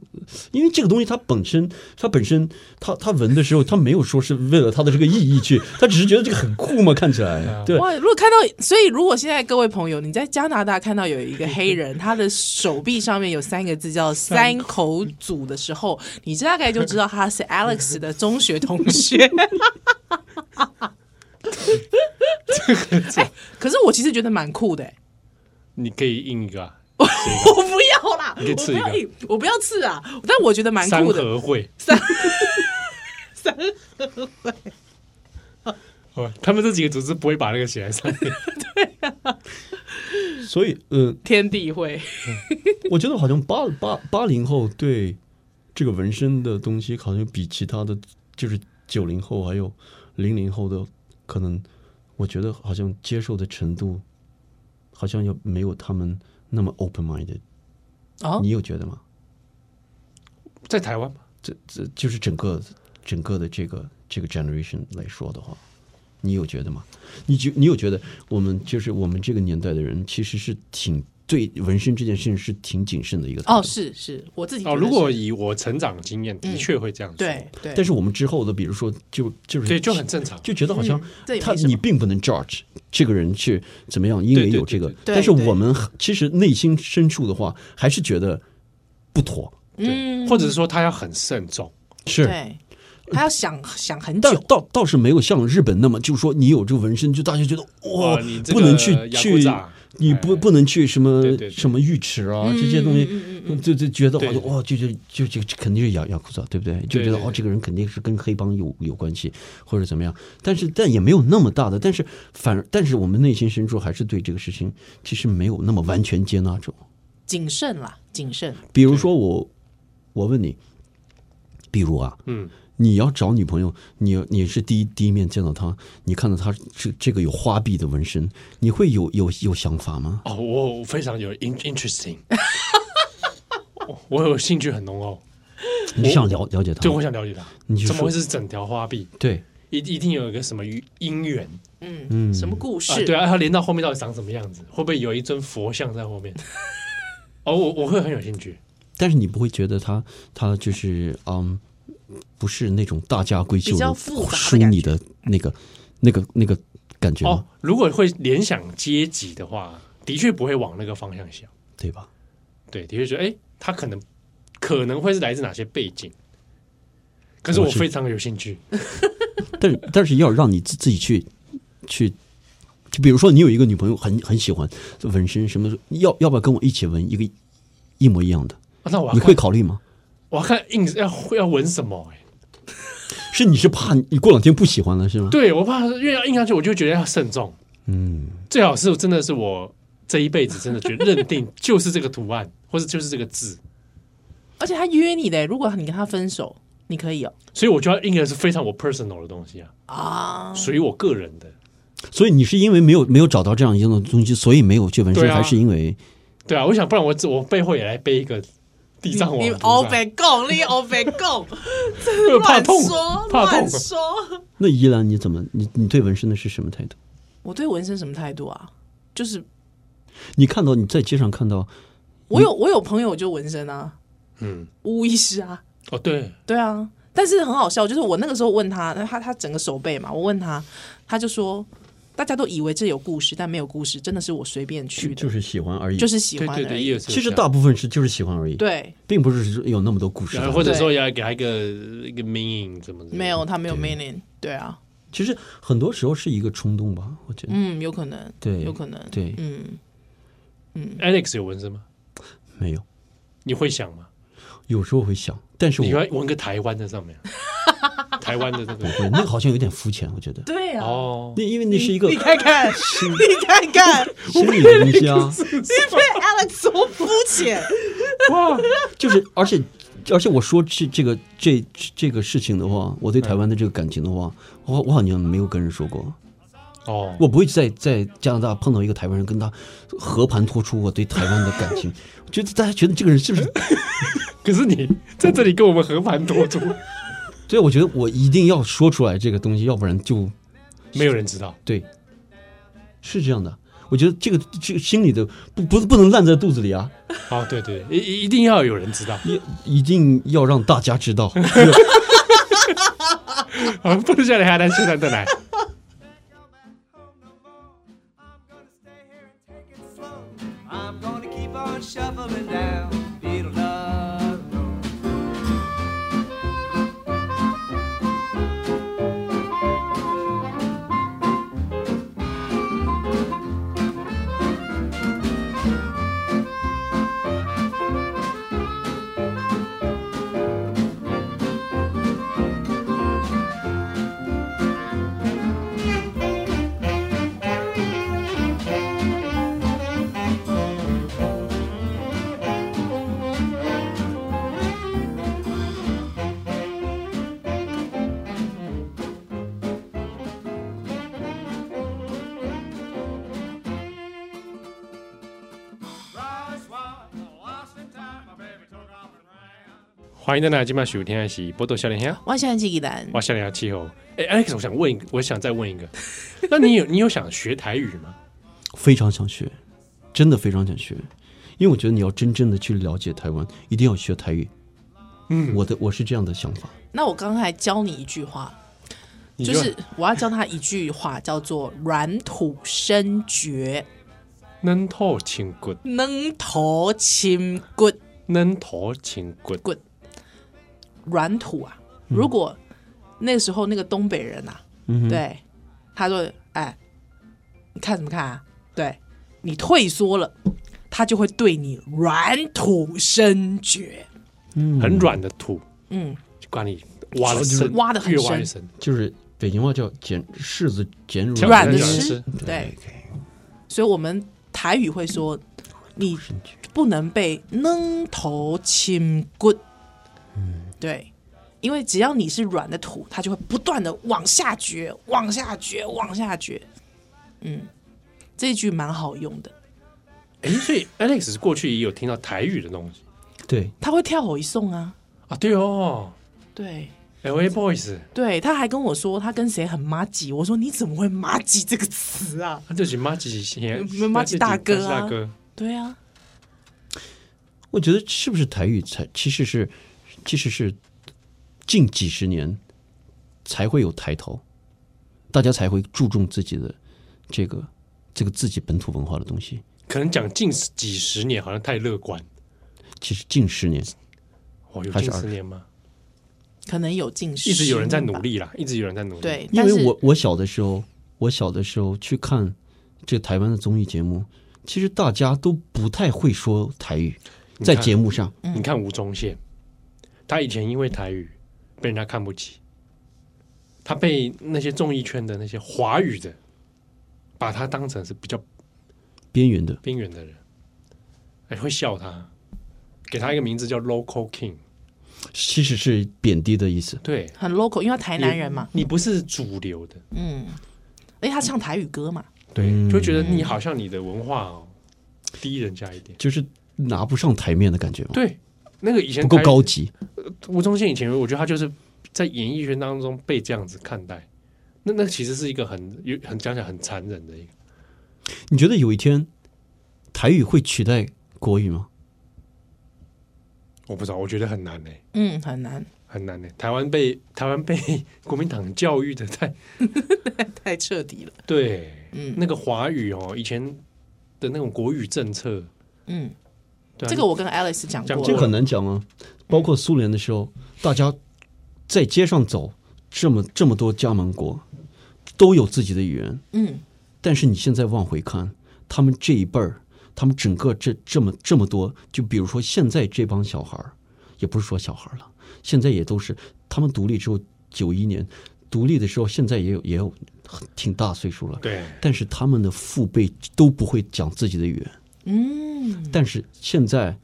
Speaker 4: 因为这个东西它本身，它本身，它它闻的时候，它没有说是为了它的这个意义去，它只是觉得这个很酷嘛，看起来，对，
Speaker 3: 哇！如果看到，所以如果现在各位朋友你在加拿大看到有一个黑人，他的手臂上面有三个字叫“三口组”的时候，你大概就知道
Speaker 2: <laughs>
Speaker 3: 他是 Alex 的中学同学。哎可是我其实觉得蛮酷
Speaker 2: <laughs>
Speaker 3: 的、哎
Speaker 2: 你可以印一个啊
Speaker 3: 我不要啦，
Speaker 2: 你可以
Speaker 3: 我
Speaker 2: 刺
Speaker 3: 不
Speaker 2: 一个
Speaker 3: 要印，我不要刺啊！但我觉得蛮
Speaker 2: 三
Speaker 3: 酷的，
Speaker 2: 合会。 <laughs>
Speaker 3: 三
Speaker 2: 哦，他们这几个组织不会把那个写在上面。 <laughs>
Speaker 4: 所以，嗯，
Speaker 3: 天地会。
Speaker 4: 我觉得好像八八八零后对这个纹身的东西，好像比其他的，就是九零后还有零零后的，可能我觉得好像接受的程度，好像要没有他们那么 open minded，
Speaker 3: 哦
Speaker 4: 你有觉得吗？
Speaker 2: 在台湾吗？
Speaker 4: 这这就是整个整个的这个这个 generation 来说的话，你有觉得吗？你觉你有觉得我们就是我们这个年代的人其实是挺对纹身这件事情是挺谨慎的一个态度
Speaker 3: 哦，是是，我自己觉
Speaker 2: 哦，
Speaker 3: 得
Speaker 2: 如果
Speaker 3: 是
Speaker 2: 以我成长经验，的确会这样说，
Speaker 3: 对对，
Speaker 4: 但是我们之后的，比如说就就是
Speaker 2: 对，就很正常。
Speaker 4: 就觉得好像
Speaker 3: 嗯这也
Speaker 4: 他
Speaker 3: 没什么
Speaker 4: 你并不能 judge 这个人是怎么样，因为有这个
Speaker 2: 对，
Speaker 3: 对对
Speaker 4: 但是
Speaker 3: 对
Speaker 4: 我们其实内心深处的话，还是觉得不妥，
Speaker 2: 对，或者是说他要很慎重，
Speaker 4: 是
Speaker 3: 对，还要想想很
Speaker 4: 但
Speaker 3: 久，
Speaker 4: 倒倒是没有像日本那么，就是说你有这个纹身，就大家觉得哇，
Speaker 2: 哇哦你这
Speaker 4: 不
Speaker 2: 个
Speaker 4: 能去
Speaker 2: 雅
Speaker 4: 去
Speaker 2: 库扎，哎
Speaker 4: 你不不能去什么
Speaker 2: 对对对
Speaker 4: 什么浴池啊这些东西，
Speaker 3: 嗯
Speaker 4: 就就觉得好
Speaker 2: 对
Speaker 4: 像哇，就就就就就肯定是雅雅库萨，对不对？就
Speaker 2: 对
Speaker 4: 觉得
Speaker 2: 对
Speaker 4: 哦
Speaker 2: 对，
Speaker 4: 这个人肯定是跟黑帮有有关系或者怎么样，但是但也没有那么大的，但是反而但是我们内心深处还是对这个事情其实没有那么完全接纳住。
Speaker 3: 谨慎啦，谨慎。
Speaker 4: 比如说我我问你，比如啊，
Speaker 2: 嗯，
Speaker 4: 你要找女朋友，你你是第一第一面见到她，你看到她这这个有花臂的纹身，你会有有有想法吗？
Speaker 2: 哦，我我非常有 in interesting，我我有兴趣很浓厚，
Speaker 4: 你想了了解她
Speaker 2: 对，我
Speaker 4: 吗？
Speaker 2: 想了解他
Speaker 4: 你就，说
Speaker 2: 怎么会是整条花臂？
Speaker 4: 对，
Speaker 2: 一一定有一个什么姻缘
Speaker 3: 嗯，什么故事？
Speaker 2: 啊？对啊，它连到后面到底长什么样子？会不会有一尊佛像在后面？哦，我我会很有兴趣。
Speaker 4: 但是你不会觉得她她就是嗯，不是那种大家闺秀
Speaker 3: 比较
Speaker 4: 的
Speaker 3: 复杂的
Speaker 4: 淑
Speaker 3: 感
Speaker 4: 女的那个那个那个感觉吗？
Speaker 2: 哦，如果会联想阶级的话，的确不会往那个方向想。
Speaker 4: 对吧？
Speaker 2: 对，的确觉得，哎，他可能可能会是来自哪些背景？可是
Speaker 4: 我
Speaker 2: 我
Speaker 4: 是
Speaker 2: 非常有兴趣。
Speaker 4: 但是但是要让你自自己去去，就比如说你有一个女朋友很很喜欢纹身什么的，要要不要跟我一起纹一个一模一样的？
Speaker 2: 啊那我要
Speaker 4: 你
Speaker 2: 看
Speaker 4: 会考虑吗？
Speaker 2: 我要看硬要要纹什么、哎，
Speaker 4: 是你是怕你过两天不喜欢了是吗？
Speaker 2: <laughs> 对我怕，因为要硬下去，我就觉得要慎重。嗯，最好是真的是我这一辈子真的觉得认定就是这个图案， <laughs> 或者就是这个字，
Speaker 3: 而且他约你的，如果你跟他分手，你可以哦。
Speaker 2: 所以我就要印的是非常我 personal 的东西啊，
Speaker 3: 啊，
Speaker 2: 属于我个人的。
Speaker 4: 所以你是因为没有没有找到这样一样的东西，所以没有去纹身，
Speaker 2: 对啊
Speaker 4: 还是因为
Speaker 2: 对啊，我想不然我只我背后也来背一个地藏王
Speaker 3: 你
Speaker 2: 的图
Speaker 3: 欧
Speaker 2: 案，
Speaker 3: 北共，你欧北 <laughs> 共，
Speaker 2: 因为怕
Speaker 3: 乱
Speaker 2: 痛
Speaker 3: 说，
Speaker 2: 怕痛
Speaker 3: 乱。说。
Speaker 4: 那依兰你怎么你你对纹身的是什么态度？
Speaker 3: 我对纹身什么态度啊？就是
Speaker 4: 你看到你在街上看到
Speaker 3: 我有我有朋友就纹身啊，
Speaker 2: 嗯，
Speaker 3: 巫医师啊，
Speaker 2: 哦对，
Speaker 3: 对啊。但是很好笑，就是我那个时候问他，那他他整个手背嘛，我问他，他就说，大家都以为这有故事，但没有故事，真的是我随便去的，
Speaker 4: 就是喜欢而
Speaker 3: <laughs>
Speaker 4: 已，啊
Speaker 3: 就是喜
Speaker 2: 对
Speaker 3: 欢
Speaker 2: 对
Speaker 3: 而已。
Speaker 2: 对，也有
Speaker 4: 其实大部分是就是喜欢而已，，
Speaker 3: 对
Speaker 4: 并不是有那么多故事
Speaker 2: 然
Speaker 4: 的。
Speaker 2: 呃后或者
Speaker 3: 对
Speaker 2: 说要给他一个一个 meaning 怎么的
Speaker 3: 没有他没有 meaning，对啊，
Speaker 4: 其实很多时候是一个冲动吧，我觉得。
Speaker 3: 嗯，有可能，
Speaker 4: 对
Speaker 3: 有可能，
Speaker 4: 对
Speaker 3: 嗯，
Speaker 2: ？Alex 有纹身吗？
Speaker 4: 没有，
Speaker 2: 你会想吗？
Speaker 4: 有时候会想，但是我
Speaker 2: 你要纹个台湾在上面，啊
Speaker 3: <laughs>
Speaker 2: 台湾的那
Speaker 4: 不
Speaker 2: 个
Speaker 4: 会，那个好像有点肤浅，我觉得。
Speaker 3: 对啊，
Speaker 2: 哦，
Speaker 4: 那因为那是一个
Speaker 3: 你看看，你看看，
Speaker 4: <laughs> 心理的东西啊，
Speaker 3: 因为 <laughs> Alex 多肤浅，
Speaker 2: 哇，
Speaker 4: 就是而且而且我说这这个这这个事情的话，我对台湾的这个感情的话，我我好像没有跟人说过，
Speaker 2: 哦，
Speaker 4: 我不会在在加拿大碰到一个台湾人跟他和盘托出我对台湾的感情，我觉得大家觉得这个人是不是？ <laughs>
Speaker 2: 可是你在这里跟我们和盘托出，
Speaker 4: 对，我觉得我一定要说出来这个东西，要不然就
Speaker 2: <laughs> 没有人知道。
Speaker 4: 对，是这样的。我觉得这个这个心里的不不不能烂在肚子里啊，
Speaker 2: 哦，对对，一一一定要有人知 <laughs> 道，
Speaker 4: 一一定要让大家知道。 <laughs>
Speaker 2: 啊，不能下来还来现在再 <laughs> 来。
Speaker 1: I'm gonna keep on shuffling down Beetle Nut Road. Rush one, lost in time, my baby took off and ran.
Speaker 2: 欢迎大家今晚收听的是《波多笑脸香》，
Speaker 3: 我现在记忆难，
Speaker 2: 我笑脸香气候。哎，Alex，我想问一个，我想再问一 <laughs> 个，那你有你有想学台语吗？
Speaker 4: 非常想学，真的非常想学。因为我觉得你要真正的去了解台湾，一定要学台语。嗯，我的我是这样的想法。
Speaker 3: 那我刚才教你一句话，
Speaker 2: 你
Speaker 3: 就是我要教他一句话，叫做“软土生绝，
Speaker 2: 能头青骨，
Speaker 3: 能头青骨
Speaker 2: 能头青骨，”。
Speaker 3: 软土啊，如果那时候那个东北人啊，
Speaker 4: 嗯哼
Speaker 3: 对，他说：“哎，你看什么看啊？对你退缩了，他就会对你软土生绝。
Speaker 2: 很软的土，
Speaker 3: 嗯，
Speaker 2: 就管你挖的
Speaker 3: 就是
Speaker 2: 深，
Speaker 3: 挖得很
Speaker 2: 越挖越
Speaker 3: 深
Speaker 2: 深，
Speaker 4: 就是北京话叫捡柿子捡
Speaker 2: 挑
Speaker 3: 软
Speaker 4: 软
Speaker 3: 的
Speaker 2: 软
Speaker 3: 吃
Speaker 2: 吃，
Speaker 3: 对，所以我们台语会说，你不能被扔头轻棍。对，因为只要你是软的土，它就会不断的往下掘，往下掘，往下掘。嗯，这句蛮好用的，
Speaker 2: 哎，所以 Alex 过去也有听到台语的东西
Speaker 4: 对，
Speaker 3: 他会跳吼一送啊。
Speaker 2: 啊，对哦
Speaker 3: 对，
Speaker 2: ，LA Boys，
Speaker 3: 对，他还跟我说他跟谁很麻吉，我说你怎么会麻吉这个词啊？
Speaker 2: 他就是马吉先，
Speaker 3: 马吉大哥啊
Speaker 2: 马吉大哥，
Speaker 3: 对啊，
Speaker 4: 我觉得是不是台语才其实是其实是近几十年才会有抬头，大家才会注重自己的这个这个自己本土文化的东西。
Speaker 2: 可能讲近十几十年好像太乐观，
Speaker 4: 其实近十年，
Speaker 2: 哦，有
Speaker 4: 还是
Speaker 2: 近
Speaker 4: 二
Speaker 2: 十
Speaker 4: 十
Speaker 2: 年吗？
Speaker 3: 可能有近视，
Speaker 2: 一直有人在努，力啦，一直有人在努力，，
Speaker 3: 对，
Speaker 4: 因
Speaker 3: 但
Speaker 4: 为
Speaker 3: 是
Speaker 4: 我我小的时候，我小的时候去看这台湾的综艺节目，其实大家都不太会说台语，
Speaker 2: 你
Speaker 4: 在
Speaker 2: 看
Speaker 4: 节目上，
Speaker 3: 嗯
Speaker 2: 你看吴宗宪，他以前因为台语被人家看不起，他被那些综艺圈的那些华语的，把他当成是比较
Speaker 4: 边缘的
Speaker 2: 边缘的人，哎，会笑他，给他一个名字叫 Local King。
Speaker 4: 其实是贬低的意思。
Speaker 2: 对，
Speaker 3: 很 local，因为他台南人嘛，
Speaker 2: 你不是主流的，
Speaker 3: 嗯，而且他唱台语歌嘛，
Speaker 2: 对，就会觉得
Speaker 3: 嗯
Speaker 2: 你好像你的文化哦低人家一点。
Speaker 4: 就是拿不上台面的感觉嘛，
Speaker 2: 对，那个以前
Speaker 4: 不够
Speaker 2: 台
Speaker 4: 高级。
Speaker 2: 吴宗宪以前，我觉得他就是在演艺圈当中被这样子看待，那那其实是一个很有很讲起来很残忍的一个。
Speaker 4: 你觉得有一天台语会取代国语吗？
Speaker 2: 我不知道，我觉得很难呢、欸
Speaker 3: 嗯，很难，
Speaker 2: 很难呢、欸台湾被台湾被国民党教育的太
Speaker 3: 太彻底了，
Speaker 2: 对，
Speaker 3: 嗯
Speaker 2: 那个华语哦，以前的那种国语政策，
Speaker 3: 嗯，
Speaker 2: 对啊、
Speaker 3: 这个我跟 Alice 讲
Speaker 2: 讲
Speaker 3: 过
Speaker 4: 这
Speaker 2: 过
Speaker 3: 了，
Speaker 4: 个很难讲啊。包括苏联的时候，大家在街上走，这么这么多加盟国都有自己的语言，
Speaker 3: 嗯，
Speaker 4: 但是你现在往回看，他们这一辈儿，他们整个这这么这么多，就比如说现在这帮小孩儿，也不是说小孩儿了，现在也都是他们独立之后九一年独立的时候，现在也有也有很挺大岁数了，
Speaker 2: 对
Speaker 4: 但是他们的父辈都不会讲自己的语言，嗯，但是现在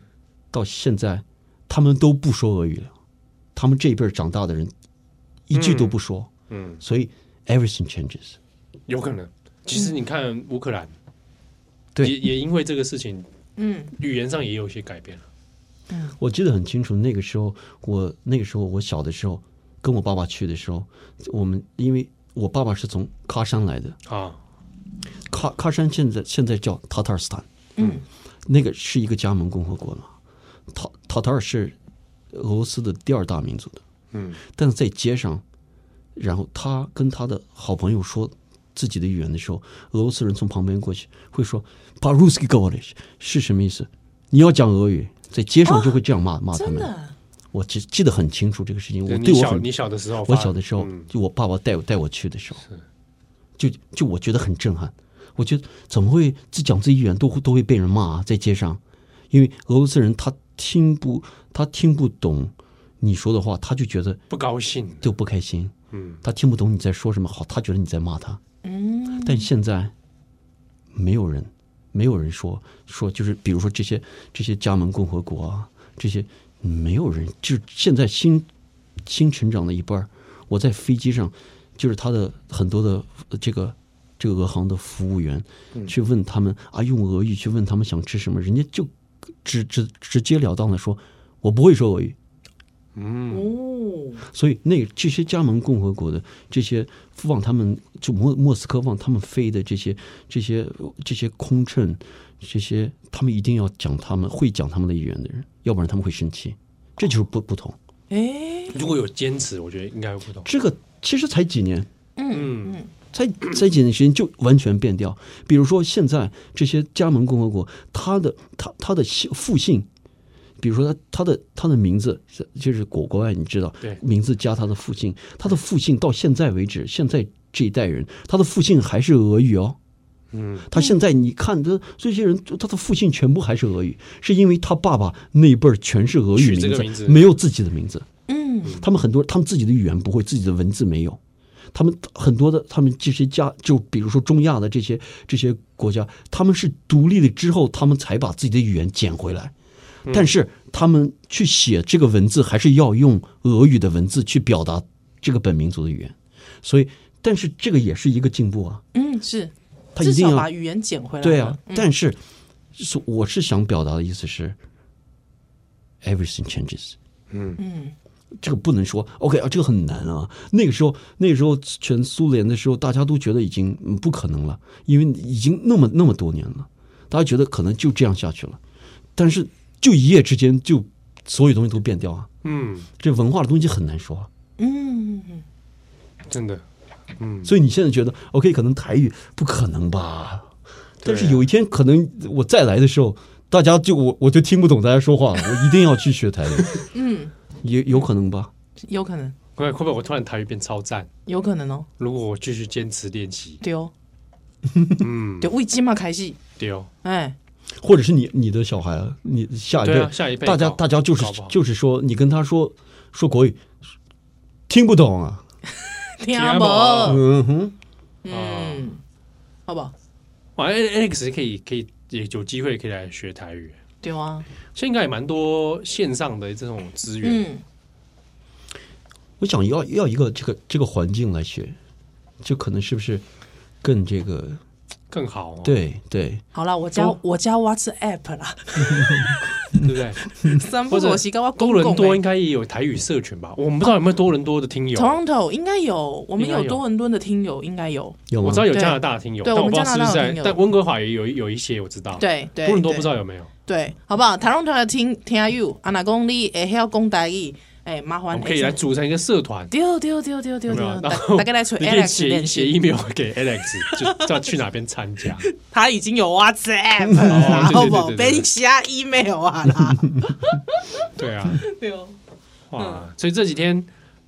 Speaker 4: 到现在，他们都不说俄语了，他们这一辈儿长大的人一句都不说，
Speaker 2: 嗯嗯
Speaker 4: 所以 everything changes。
Speaker 2: 有可能。其实你看乌克兰，
Speaker 4: 对
Speaker 2: 也也因为这个事情，
Speaker 3: 嗯，
Speaker 2: 语言上也有一些改变了。
Speaker 4: 我记得很清楚，那个时候我那个时候我小的时候，跟我爸爸去的时候，我们因为我爸爸是从喀山来的，
Speaker 2: 啊，
Speaker 4: 喀喀山现在现在叫塔塔尔斯坦，
Speaker 3: 嗯，
Speaker 4: 那个是一个加盟共和国嘛，塔塔塔尔是俄罗斯的第二大民族的，
Speaker 2: 嗯，
Speaker 4: 但是在街上，然后他跟他的好朋友说自己的语言的时候，俄罗斯人从旁边过去会说 p a r u s k i g o r i s h 是什么意思？你要讲俄语，在街上就会这样骂、骂他
Speaker 3: 哦真
Speaker 4: 们。
Speaker 3: 的，
Speaker 4: 我记记得很清楚这个事情，我
Speaker 2: 你
Speaker 4: 对我
Speaker 2: 小
Speaker 4: 很
Speaker 2: 你小的时候发，
Speaker 4: 我小的时候
Speaker 2: 嗯，
Speaker 4: 就我爸爸带我带我去的时候，就就我觉得很震撼。我觉得怎么会自讲自己语言都会都会被人骂啊，在街上，因为俄罗斯人他听不他听不懂你说的话，他就觉得
Speaker 2: 嗯不高兴，
Speaker 4: 就不开心，
Speaker 2: 嗯，
Speaker 4: 他听不懂你在说什么好，他觉得你在骂他。
Speaker 3: 嗯，
Speaker 4: 但现在没有人，没有人说说，就是比如说这些这些加盟共和国啊，这些没有人，就是现在新新成长的一半儿，我在飞机上，就是他的很多的呃这个这个俄航的服务员去问他们啊，用俄语去问他们想吃什么，人家就直直直截了当的说，我不会说俄语，
Speaker 3: 哦，
Speaker 4: 所以那这些加盟共和国的这些往他们就莫莫斯科往他们飞的这些这些这些空乘，这些他们一定要讲他们会讲他们的语言的人，要不然他们会生气，这就是不不同。
Speaker 3: 哎，
Speaker 2: 如果有坚持，我觉得应该会不同。
Speaker 4: 这个其实才几年，
Speaker 2: 嗯嗯
Speaker 4: 才才几年时间就完全变掉。比如说现在这些加盟共和国，它的它它的姓复姓，比如说它它的它的名字是就是国国外你知道，
Speaker 2: 对
Speaker 4: 名字加它的复姓，它的复姓到现在为止，现在这一代人，他的复姓还是俄语哦。
Speaker 2: 嗯，
Speaker 4: 他现在你看这这些人，他的复姓全部还是俄语，是因为他爸爸那一辈儿全是俄语
Speaker 2: 取这个名字
Speaker 4: 没有自己的名字。
Speaker 3: 嗯，
Speaker 4: 他们很多他们自己的语言不会，自己的文字没有。他们很多的，他们这些家，就比如说中亚的这些这些国家，他们是独立了之后，他们才把自己的语言捡回来。
Speaker 2: 嗯
Speaker 4: 但是他们去写这个文字，还是要用俄语的文字去表达这个本民族的语言。所以，但是这个也是一个进步啊。
Speaker 3: 嗯，是，
Speaker 4: 他
Speaker 3: 至
Speaker 4: 一定
Speaker 3: 少
Speaker 4: 要
Speaker 3: 把语言捡回来。嗯
Speaker 4: 对啊，，但是是我是想表达的意思是，everything changes。嗯嗯，这个不能说 OK 啊，这个很难啊。那个时候，那个时候全苏联的时候，大家都觉得已经嗯不可能了，因为已经那么那么多年了，大家觉得可能就这样下去了。但是就一夜之间，就所有东西都变掉啊。
Speaker 2: 嗯，
Speaker 4: 这文化的东西很难说啊。
Speaker 3: 嗯，
Speaker 2: 真的，
Speaker 4: 所以你现在觉得 OK，可能台语不可能吧？
Speaker 2: 对
Speaker 4: 但是有一天可能我再来的时候，大家就我我就听不懂大家说话了，我一定要去学台语。
Speaker 3: 嗯，
Speaker 4: 也有可能吧？
Speaker 3: 有可能，
Speaker 2: 会会不会我突然台语变超赞？
Speaker 3: 有可能哦，
Speaker 2: 如果我继续坚持练习，
Speaker 3: 对哦，
Speaker 2: 嗯，
Speaker 3: 对，为鸡嘛开戏，
Speaker 2: 对哦，
Speaker 3: 哎，
Speaker 4: 或者是你你的小孩，你下一
Speaker 2: 对
Speaker 4: 辈，
Speaker 2: 啊，下一辈
Speaker 4: 大家
Speaker 2: 搞
Speaker 4: 大家就是
Speaker 2: 搞不好
Speaker 4: 就是说，你跟他说说国语，听不懂啊。
Speaker 3: 听
Speaker 2: 不
Speaker 3: 不，
Speaker 4: 嗯哼，
Speaker 2: 啊
Speaker 3: 嗯，好不好？
Speaker 2: 哇，A-，Alex 可以可以也有机会可以来学台语，
Speaker 3: 对啊，
Speaker 2: 现在应该也蛮多线上的这种资源，
Speaker 3: 嗯，
Speaker 4: 我想要要一个这个这个环境来学，就可能是不是更这个？
Speaker 2: 更好、哦，
Speaker 4: 对对，
Speaker 3: 好啦，我加
Speaker 2: 多
Speaker 3: 我加
Speaker 2: <laughs>
Speaker 3: WhatsApp 啦，
Speaker 2: 对不对？
Speaker 3: 三不
Speaker 2: 或者
Speaker 3: 我洗跟我
Speaker 2: 多
Speaker 3: 公
Speaker 2: 伦
Speaker 3: 共
Speaker 2: 多
Speaker 3: 欸
Speaker 2: 应该也有台语社群吧？我们不知道有没有多伦多的听友，
Speaker 3: Toronto 应该有，我们
Speaker 2: 应该
Speaker 3: 有
Speaker 2: 有
Speaker 3: 多伦敦的听友应该有，
Speaker 4: 有吗？
Speaker 2: 我知道有加拿大的听友，
Speaker 3: 对
Speaker 2: 但我不知道是不是
Speaker 3: 我们加拿大有
Speaker 2: 在
Speaker 3: 听，友
Speaker 2: 但温哥华也有有一些我知道，，
Speaker 3: 对对，
Speaker 2: 多伦多不知
Speaker 3: 对
Speaker 2: 道有没有，
Speaker 3: 对，好不好？台湾同学听听下 you，啊，若讲你会晓讲台语，哎，麻
Speaker 2: 我
Speaker 3: 烦
Speaker 2: 们可以来组成一个社团。
Speaker 3: 丢丢丢丢丢
Speaker 2: 有没
Speaker 3: 丢，
Speaker 2: 有？
Speaker 3: 大
Speaker 2: 啊然后
Speaker 3: 大概来存
Speaker 2: 你可以
Speaker 3: Alex
Speaker 2: 写
Speaker 3: 练
Speaker 2: 写
Speaker 3: 习，
Speaker 2: email <laughs> 给 Alex，就知道去哪边参加。 <laughs>
Speaker 3: 他已经有 WhatsApp 了，然后不
Speaker 2: 对对对对对
Speaker 3: 被你写 email 啊啦，
Speaker 2: 对啊，
Speaker 3: 对哦，
Speaker 2: 哇！所以这几天，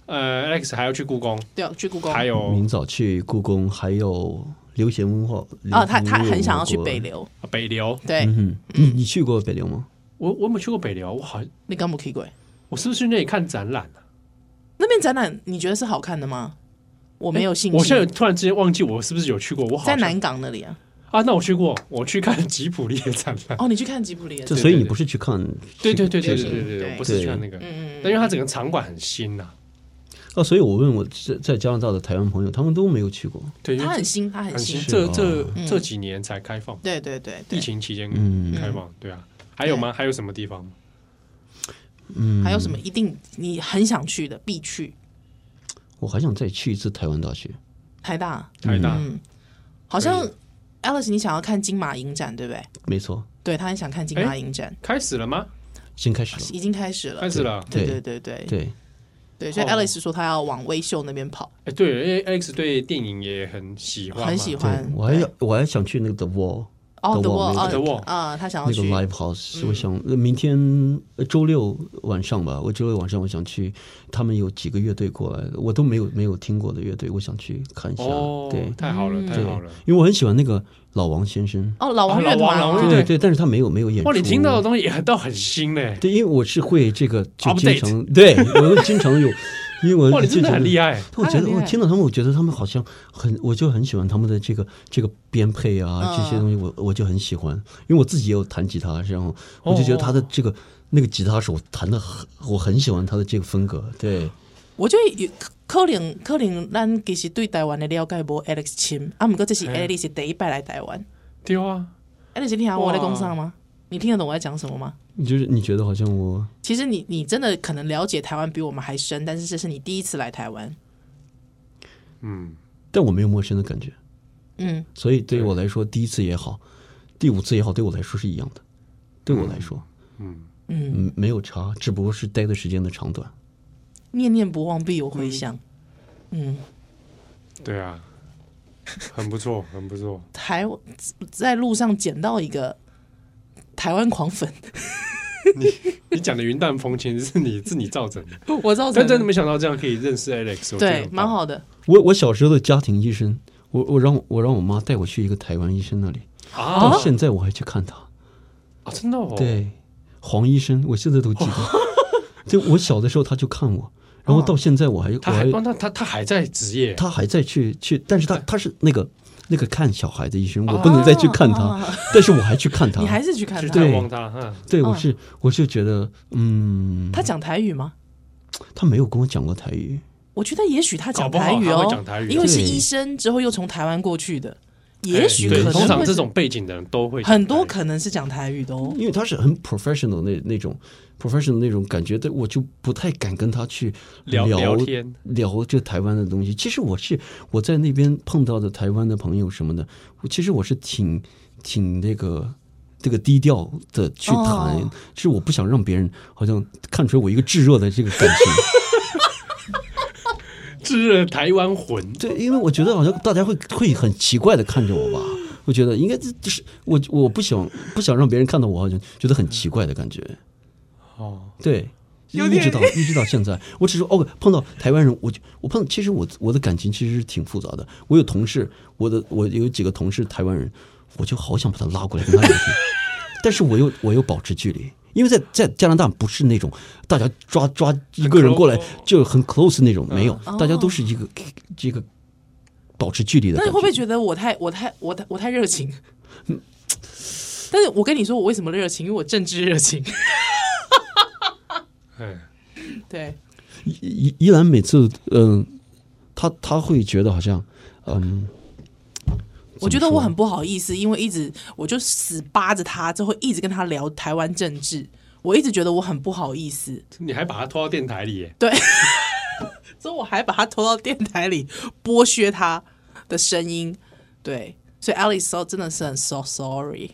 Speaker 2: 呃，Alex 还要去故宫，
Speaker 3: 对哦，去故宫
Speaker 2: 还有
Speaker 4: 明早去故宫，还有流行文化。
Speaker 3: 哦，他他
Speaker 4: 流行文化
Speaker 3: 很想要去
Speaker 4: 国
Speaker 3: 北。流，
Speaker 2: 呃北流。
Speaker 3: 对
Speaker 4: 嗯，哼，你你去过北流吗？
Speaker 2: 我我有没有去过北流？我好，
Speaker 3: 你敢不去过？
Speaker 2: 我是不是去那里看展览啊？
Speaker 3: 那边展览你觉得是好看的吗？我没有信
Speaker 2: 我现在
Speaker 3: 心，
Speaker 2: 突然之间忘记我是不是有去过。我好
Speaker 3: 在
Speaker 2: 像
Speaker 3: 南港那里啊。
Speaker 2: 啊？那我去过，我去看吉普力的展览。
Speaker 3: <laughs> 哦，你去看吉卜力的
Speaker 4: 这
Speaker 3: 展
Speaker 4: 所以
Speaker 2: 对
Speaker 4: 你
Speaker 2: 对
Speaker 4: 不是去看？
Speaker 2: 对对对对
Speaker 3: 是
Speaker 2: 对对对，
Speaker 3: 对
Speaker 2: 我不是去看那个，
Speaker 3: 嗯嗯
Speaker 2: 但因为它整个场馆很新呐，
Speaker 4: 啊，所以我问我在在加拿大的台湾朋友，他们都没有去过。
Speaker 2: 对，
Speaker 3: 览，
Speaker 2: 因为
Speaker 3: 他很新，他很
Speaker 2: 很
Speaker 3: 新
Speaker 2: 新，，
Speaker 4: 是
Speaker 2: 这
Speaker 4: 哦
Speaker 2: 这这几年才开放，
Speaker 3: 对对对
Speaker 2: 疫
Speaker 3: 对。
Speaker 2: 情期间
Speaker 4: 嗯
Speaker 2: 开放，对啊。还有吗？还有什么地方吗？
Speaker 4: 嗯，
Speaker 3: 还有什么一定你很想去的必去？
Speaker 4: 我还想再去一次台湾大学。
Speaker 3: 台大，
Speaker 2: 台大，
Speaker 3: 嗯好像 Alice，你想要看金马影展，对不对？
Speaker 4: 没错，
Speaker 3: 对他很想看金马影展，
Speaker 2: 开始了吗？
Speaker 4: 先开始了。
Speaker 3: 已经开始了
Speaker 2: 开。始了。
Speaker 3: 对对
Speaker 4: 对
Speaker 3: 对对
Speaker 4: 对，
Speaker 3: 对，所以
Speaker 2: 哦
Speaker 3: Alice 说他要往微秀那边跑，
Speaker 2: 哎，对，因为 Alex 对电影也很喜欢嘛，
Speaker 3: 很喜欢
Speaker 4: 对。我还要我还想去那个 The Wall
Speaker 3: 哦
Speaker 4: The
Speaker 3: ，The
Speaker 4: Wall，
Speaker 2: The
Speaker 3: Wall，
Speaker 2: Wall
Speaker 3: 哦啊，他想要
Speaker 4: 那个
Speaker 3: 去
Speaker 4: Live House，我想呃明天呃周六晚上吧，我周六晚上我想去，他们有几个乐队过来，我都没有没有听过的乐队，我想去看一下。
Speaker 2: 哦
Speaker 4: 对，，
Speaker 2: 太好了，太好了！
Speaker 4: 因为我很喜欢那个老王先生。
Speaker 3: 哦，老王乐团
Speaker 2: 啊老王老王
Speaker 3: 啊
Speaker 2: 乐，
Speaker 4: 对
Speaker 2: 对
Speaker 4: 对，但是他没有没有演出。
Speaker 2: 哇，你听到的东西也到很新嘞！
Speaker 4: 对，因为我是会这个，就经常对我会经常有英文。
Speaker 2: <laughs> 哇，你真的很厉
Speaker 4: 害。
Speaker 2: 害！
Speaker 4: 我觉
Speaker 3: 他
Speaker 4: 得
Speaker 3: 很厉害
Speaker 4: 我听到他们，我觉得他们好像很，我就很喜欢他们的这个这个编配啊，
Speaker 3: 嗯
Speaker 4: 这些东西我我就很喜欢，因为我自己也有弹吉他，然后我就觉得他的
Speaker 2: 哦
Speaker 4: 这个那个吉他手弹的很，我很喜欢他的这个风格。对，
Speaker 3: 我觉得有可能可能咱其实对台湾的了解无 Alex 深，啊，不过这是
Speaker 2: 嘿
Speaker 3: Alice 第一摆来台湾
Speaker 2: 丢啊，
Speaker 3: ，Alice 你听得懂我在讲啥吗？你听得懂我在讲什么吗？
Speaker 4: 就是你觉得好像我
Speaker 3: 其实你你真的可能了解台湾比我们还深，但是这是你第一次来台湾，
Speaker 2: 嗯，
Speaker 4: 但我没有陌生的感觉，
Speaker 3: 嗯，
Speaker 4: 所以对于我来说，第一次也好，第五次也好，对我来说是一样的，对我来说，
Speaker 3: 嗯，
Speaker 4: 嗯，没有差，只不过是待的时间的长短。
Speaker 3: 念念不忘必有回响。嗯，
Speaker 2: 对啊，很不错，很不错。
Speaker 3: 台湾在路上捡到一个台湾狂粉， <laughs>
Speaker 2: 你讲的云淡风轻是你是你造成的，
Speaker 3: 我知道，
Speaker 2: 但真的没想到这样可以认识 Alex，我觉得
Speaker 3: 对
Speaker 2: 很，棒
Speaker 3: 蛮。好的。
Speaker 4: 我我小时候的家庭医生，我我让我让我妈带我去一个台湾医生那里，
Speaker 2: 啊
Speaker 4: 到现在我还去看他。
Speaker 2: 啊，真的哦，，
Speaker 4: 对，黄医生，我现在都记得。 <laughs> 就我小的时候他就看我，然后到现在我还我
Speaker 2: 他还
Speaker 4: 还
Speaker 2: 帮他他他还在职业，
Speaker 4: 他还在去去，但是他他是那个那个看小孩的医生，我不能再去看他，但是我还去看
Speaker 3: 哦
Speaker 4: 他
Speaker 3: 你。还是去看
Speaker 2: 去
Speaker 3: 他？
Speaker 2: 探
Speaker 4: 对
Speaker 2: 望他，哈，
Speaker 4: 对，我是我就觉得，嗯，
Speaker 3: 他讲台语吗？
Speaker 4: 他没有跟我讲过台语，
Speaker 3: 我觉得也许他讲
Speaker 2: 搞不好
Speaker 3: 台语
Speaker 2: 他
Speaker 3: 哦
Speaker 2: 会讲台，语
Speaker 3: 因为是
Speaker 4: 对
Speaker 3: 医生之后又从台湾过去的，也许
Speaker 2: 哎
Speaker 3: 可
Speaker 2: 对
Speaker 3: 能
Speaker 2: 通常
Speaker 3: 会
Speaker 2: 这
Speaker 3: 是
Speaker 2: 种嗯背景的人都会讲
Speaker 3: 很多
Speaker 2: 台语
Speaker 3: 可能是讲台语的哦。
Speaker 4: 因为他是很 professional 那那种 professional 那种感觉，但我就不太敢跟他去
Speaker 2: 聊
Speaker 4: 聊
Speaker 2: 聊天
Speaker 4: 聊就台湾的东西。其实我是我在那边碰到的台湾的朋友什么的，我其实我是挺挺那个。这个低调的去谈
Speaker 3: 哦
Speaker 4: 是我不想让别人好像看出我一个炙热的这个感情。
Speaker 2: 炙热台湾魂，
Speaker 4: 对，因为我觉得好像大家会会很奇怪的看着我吧，我觉得应该这就是我我不想不想让别人看到我好像觉得很奇怪的感觉。
Speaker 2: 哦，
Speaker 4: 对，一直到一直到现在，我只是哦碰到台湾人，我就我碰，其实我我的感情其实是挺复杂的。我有同事，我的我有几个同事台湾人，我就好想把他拉过来跟他聊天，但是我又我又保持距离。因为在在加拿大不是那种大家抓抓一个人过来
Speaker 2: close
Speaker 4: 就很 close 那种，没有，
Speaker 3: 嗯
Speaker 4: 大家都是一个这个保持距离的
Speaker 3: 那
Speaker 4: 感
Speaker 3: 你
Speaker 4: 觉。
Speaker 3: 会不会觉得我太我太我太我太热情？
Speaker 2: 嗯
Speaker 3: 但是我跟你说，我为什么热情？因为我政治热情。 <laughs>
Speaker 2: 哎，
Speaker 3: 对，
Speaker 4: 依依兰每次嗯，他他会觉得好像嗯，
Speaker 3: 我觉得
Speaker 4: 怎么说
Speaker 3: 我很不好意思，因为一直我就死扒着他，就会一直跟他聊台湾政治。我一直觉得我很不好意思，
Speaker 2: 你还把他拖到电台里耶，
Speaker 3: 所以我还把他拖到电台里剥削他的声音。对，所以 Alice 说真的是很 so sorry。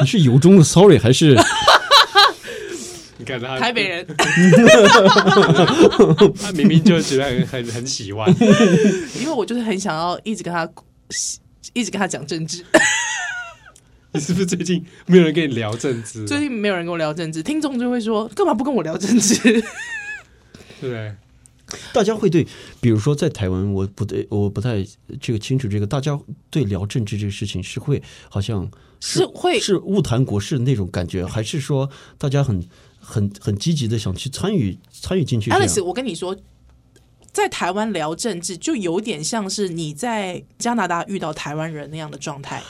Speaker 4: 你是由衷的 sorry
Speaker 3: <laughs>
Speaker 4: 还是？
Speaker 2: 你看他
Speaker 3: 台北，人，
Speaker 2: 他明明就觉得很很很喜
Speaker 3: <laughs>
Speaker 2: 欢，
Speaker 3: 因为我就是很想要一直跟他 <laughs> 一直跟他讲政治。 <laughs>
Speaker 2: 你是不是最近没有人跟你聊政治？
Speaker 3: 最
Speaker 2: 对
Speaker 3: 近没有人跟我聊政治，听众就会说干嘛不跟我聊政治？
Speaker 2: 不对？
Speaker 4: 大家会对，比如说在台湾，我不对，我不太这个清楚这个，大家对聊政治这个事情是会好像
Speaker 3: 是会
Speaker 4: 是误谈国事那种感觉，还是说大家很很很积极的想去参与参与进去这样？
Speaker 3: Alex，我跟你说，在台湾聊政治，就有点像是你在加拿大遇到台湾人那样的状态。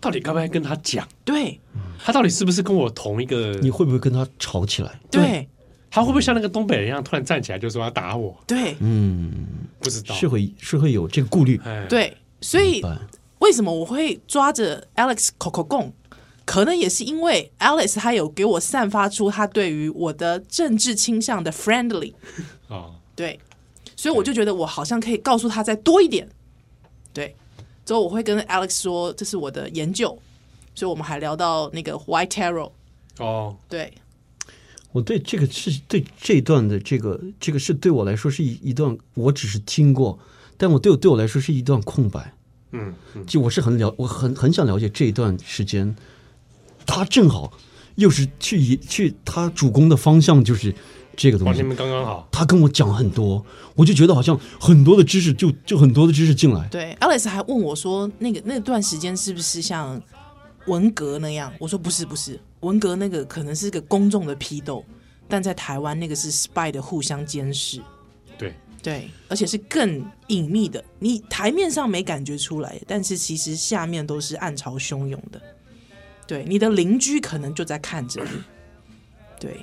Speaker 2: 到底该不该跟他讲？
Speaker 3: 对
Speaker 2: 他到底是不是跟我同一个？
Speaker 4: 你会不会跟他吵起来？
Speaker 3: 对
Speaker 2: 他会不会像那个东北人一样，突然站起来就说要打我？
Speaker 3: 对
Speaker 2: 不知道，
Speaker 4: 是会是会有这个顾虑？
Speaker 2: 哎，
Speaker 3: 对，所以
Speaker 4: 怎么办
Speaker 3: 为什么我会抓着 Alex 口口供？可能也是因为 Alex 他有给我散发出他对于我的政治倾向的 friendly，
Speaker 2: 哦，
Speaker 3: 对，所以我就觉得我好像可以告诉他再多一点。对，之后我会跟 Alex 说这是我的研究，所以我们还聊到那个 White Terror。
Speaker 2: 哦，
Speaker 3: 对，
Speaker 4: 我对这个是对这段的这个这个是对我来说是一一段，我只是听过，但我对我对我来说是一段空白。
Speaker 2: 嗯嗯，
Speaker 4: 就我是很了，我很很想了解这一段时间，他正好又是去一去他主攻的方向就是这个
Speaker 2: 哇，
Speaker 4: 东
Speaker 2: 哦你
Speaker 4: 西。
Speaker 2: 们刚刚好，
Speaker 4: 他跟我讲很多，我就觉得好像很多的知识就就很多的知识进来。
Speaker 3: 对，Alex 还问我说，那个那段时间是不是像文革那样？我说不是，不是，文革那个可能是个公众的批斗，但在台湾那个是 spy 的互相监视。
Speaker 2: 对，
Speaker 3: 对，而且是更隐秘的，你台面上没感觉出来，但是其实下面都是暗潮汹涌的。对，你的邻居可能就在看着你。对，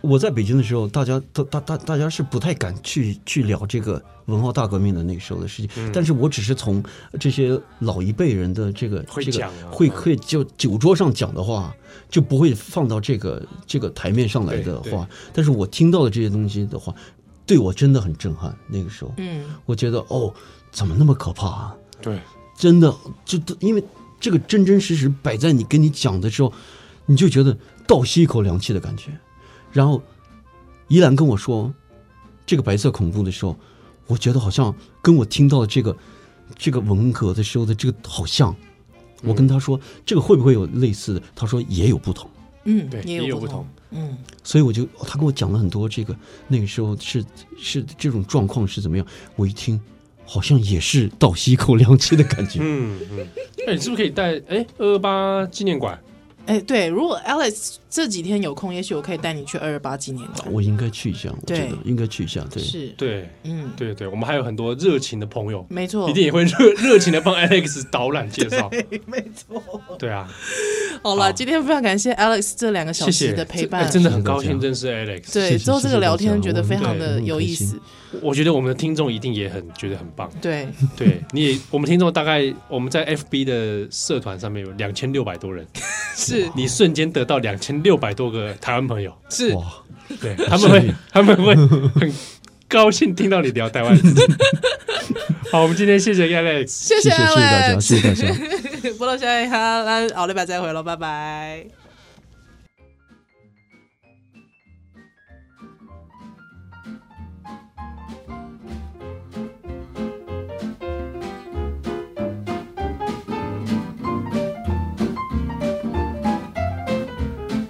Speaker 4: 我在北京的时候，大家都大大大家是不太敢去去聊这个文化大革命的那个时候的事情，
Speaker 2: 嗯
Speaker 4: 但是我只是从这些老一辈人的这个
Speaker 2: 会
Speaker 4: 这个
Speaker 2: 讲啊
Speaker 4: 会
Speaker 2: 嗯
Speaker 4: 会就酒桌上讲的话，就不会放到这个这个台面上来的
Speaker 2: 对对
Speaker 4: 话，但是我听到的这些东西的话，对我真的很震撼。那个时候，
Speaker 3: 嗯，
Speaker 4: 我觉得哦，怎么那么可怕、啊？
Speaker 2: 对，
Speaker 4: 真的就都因为这个真真实实摆在你跟你讲的时候，你就觉得倒吸一口凉气的感觉。然后依兰跟我说这个白色恐怖的时候，我觉得好像跟我听到这个这个文革的时候的这个好像。我跟他说这个会不会有类似的？他说也有不同。
Speaker 3: 嗯
Speaker 2: 对，，
Speaker 3: 也
Speaker 2: 也有
Speaker 3: 不
Speaker 2: 不同，。
Speaker 3: 嗯，
Speaker 4: 所以我就他跟我讲了很多这个那个时候是是这种状况是怎么样，我一听好像也是倒吸一口凉气的感觉。
Speaker 2: 嗯嗯，哎，你是不是可以带哎二二八纪念馆？
Speaker 3: 哎，对，如果 Alex 这几天有空，也许我可以带你去二二八纪念馆。
Speaker 4: 我应该去一下，我
Speaker 3: 对
Speaker 4: 觉得应该去一下。哦对，
Speaker 3: 是，
Speaker 2: 对
Speaker 3: 嗯，
Speaker 2: 对对，我们还有很多热情的朋友，
Speaker 3: 没错
Speaker 2: 一，定也会热热情的帮 Alex 导览介绍。没错，对啊，
Speaker 3: 好了，
Speaker 2: 好
Speaker 3: 今天非常感谢 Alex 这两个小
Speaker 2: 谢
Speaker 3: 时
Speaker 2: 谢
Speaker 3: 的陪
Speaker 2: 这
Speaker 3: 伴
Speaker 2: 哎，真的很高
Speaker 4: 谢谢
Speaker 2: 兴
Speaker 4: 大家
Speaker 2: 认识 Alex。
Speaker 3: 对，
Speaker 4: 谢谢
Speaker 3: 之后这个聊
Speaker 4: 谢
Speaker 3: 天
Speaker 4: 谢
Speaker 3: 觉得非常
Speaker 4: 大
Speaker 3: 的
Speaker 4: 家
Speaker 3: 有意思，
Speaker 2: 我觉得我们的听众一定也很觉得很
Speaker 3: <laughs>
Speaker 2: 棒。
Speaker 3: 对，
Speaker 2: 对你也，我们听众大概我们在 FB 的社团上面有两千六百
Speaker 3: <laughs>
Speaker 2: 多人，
Speaker 3: 是
Speaker 2: 你瞬间得到两千六百多个台湾朋友，
Speaker 3: 是，
Speaker 4: 哇，
Speaker 2: 对他们会 <laughs>
Speaker 4: 是
Speaker 2: 他们会很高兴听到你聊台湾。 <laughs> 好，我们今天谢谢 Alex。
Speaker 3: 谢
Speaker 4: 谢谢谢谢大家，
Speaker 3: Alex， <laughs>
Speaker 4: 谢谢大家。
Speaker 3: 不到下一哈，那好，礼拜再回喽，拜拜。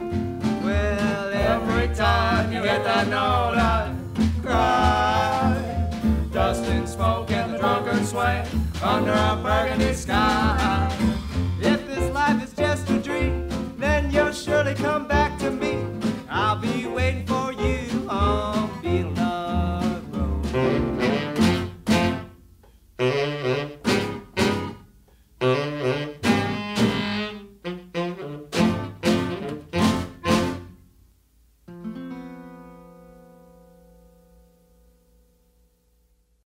Speaker 1: Well, every time you get that note, I cry. Dust and smoke and the drunkard sway under a burgundy sky.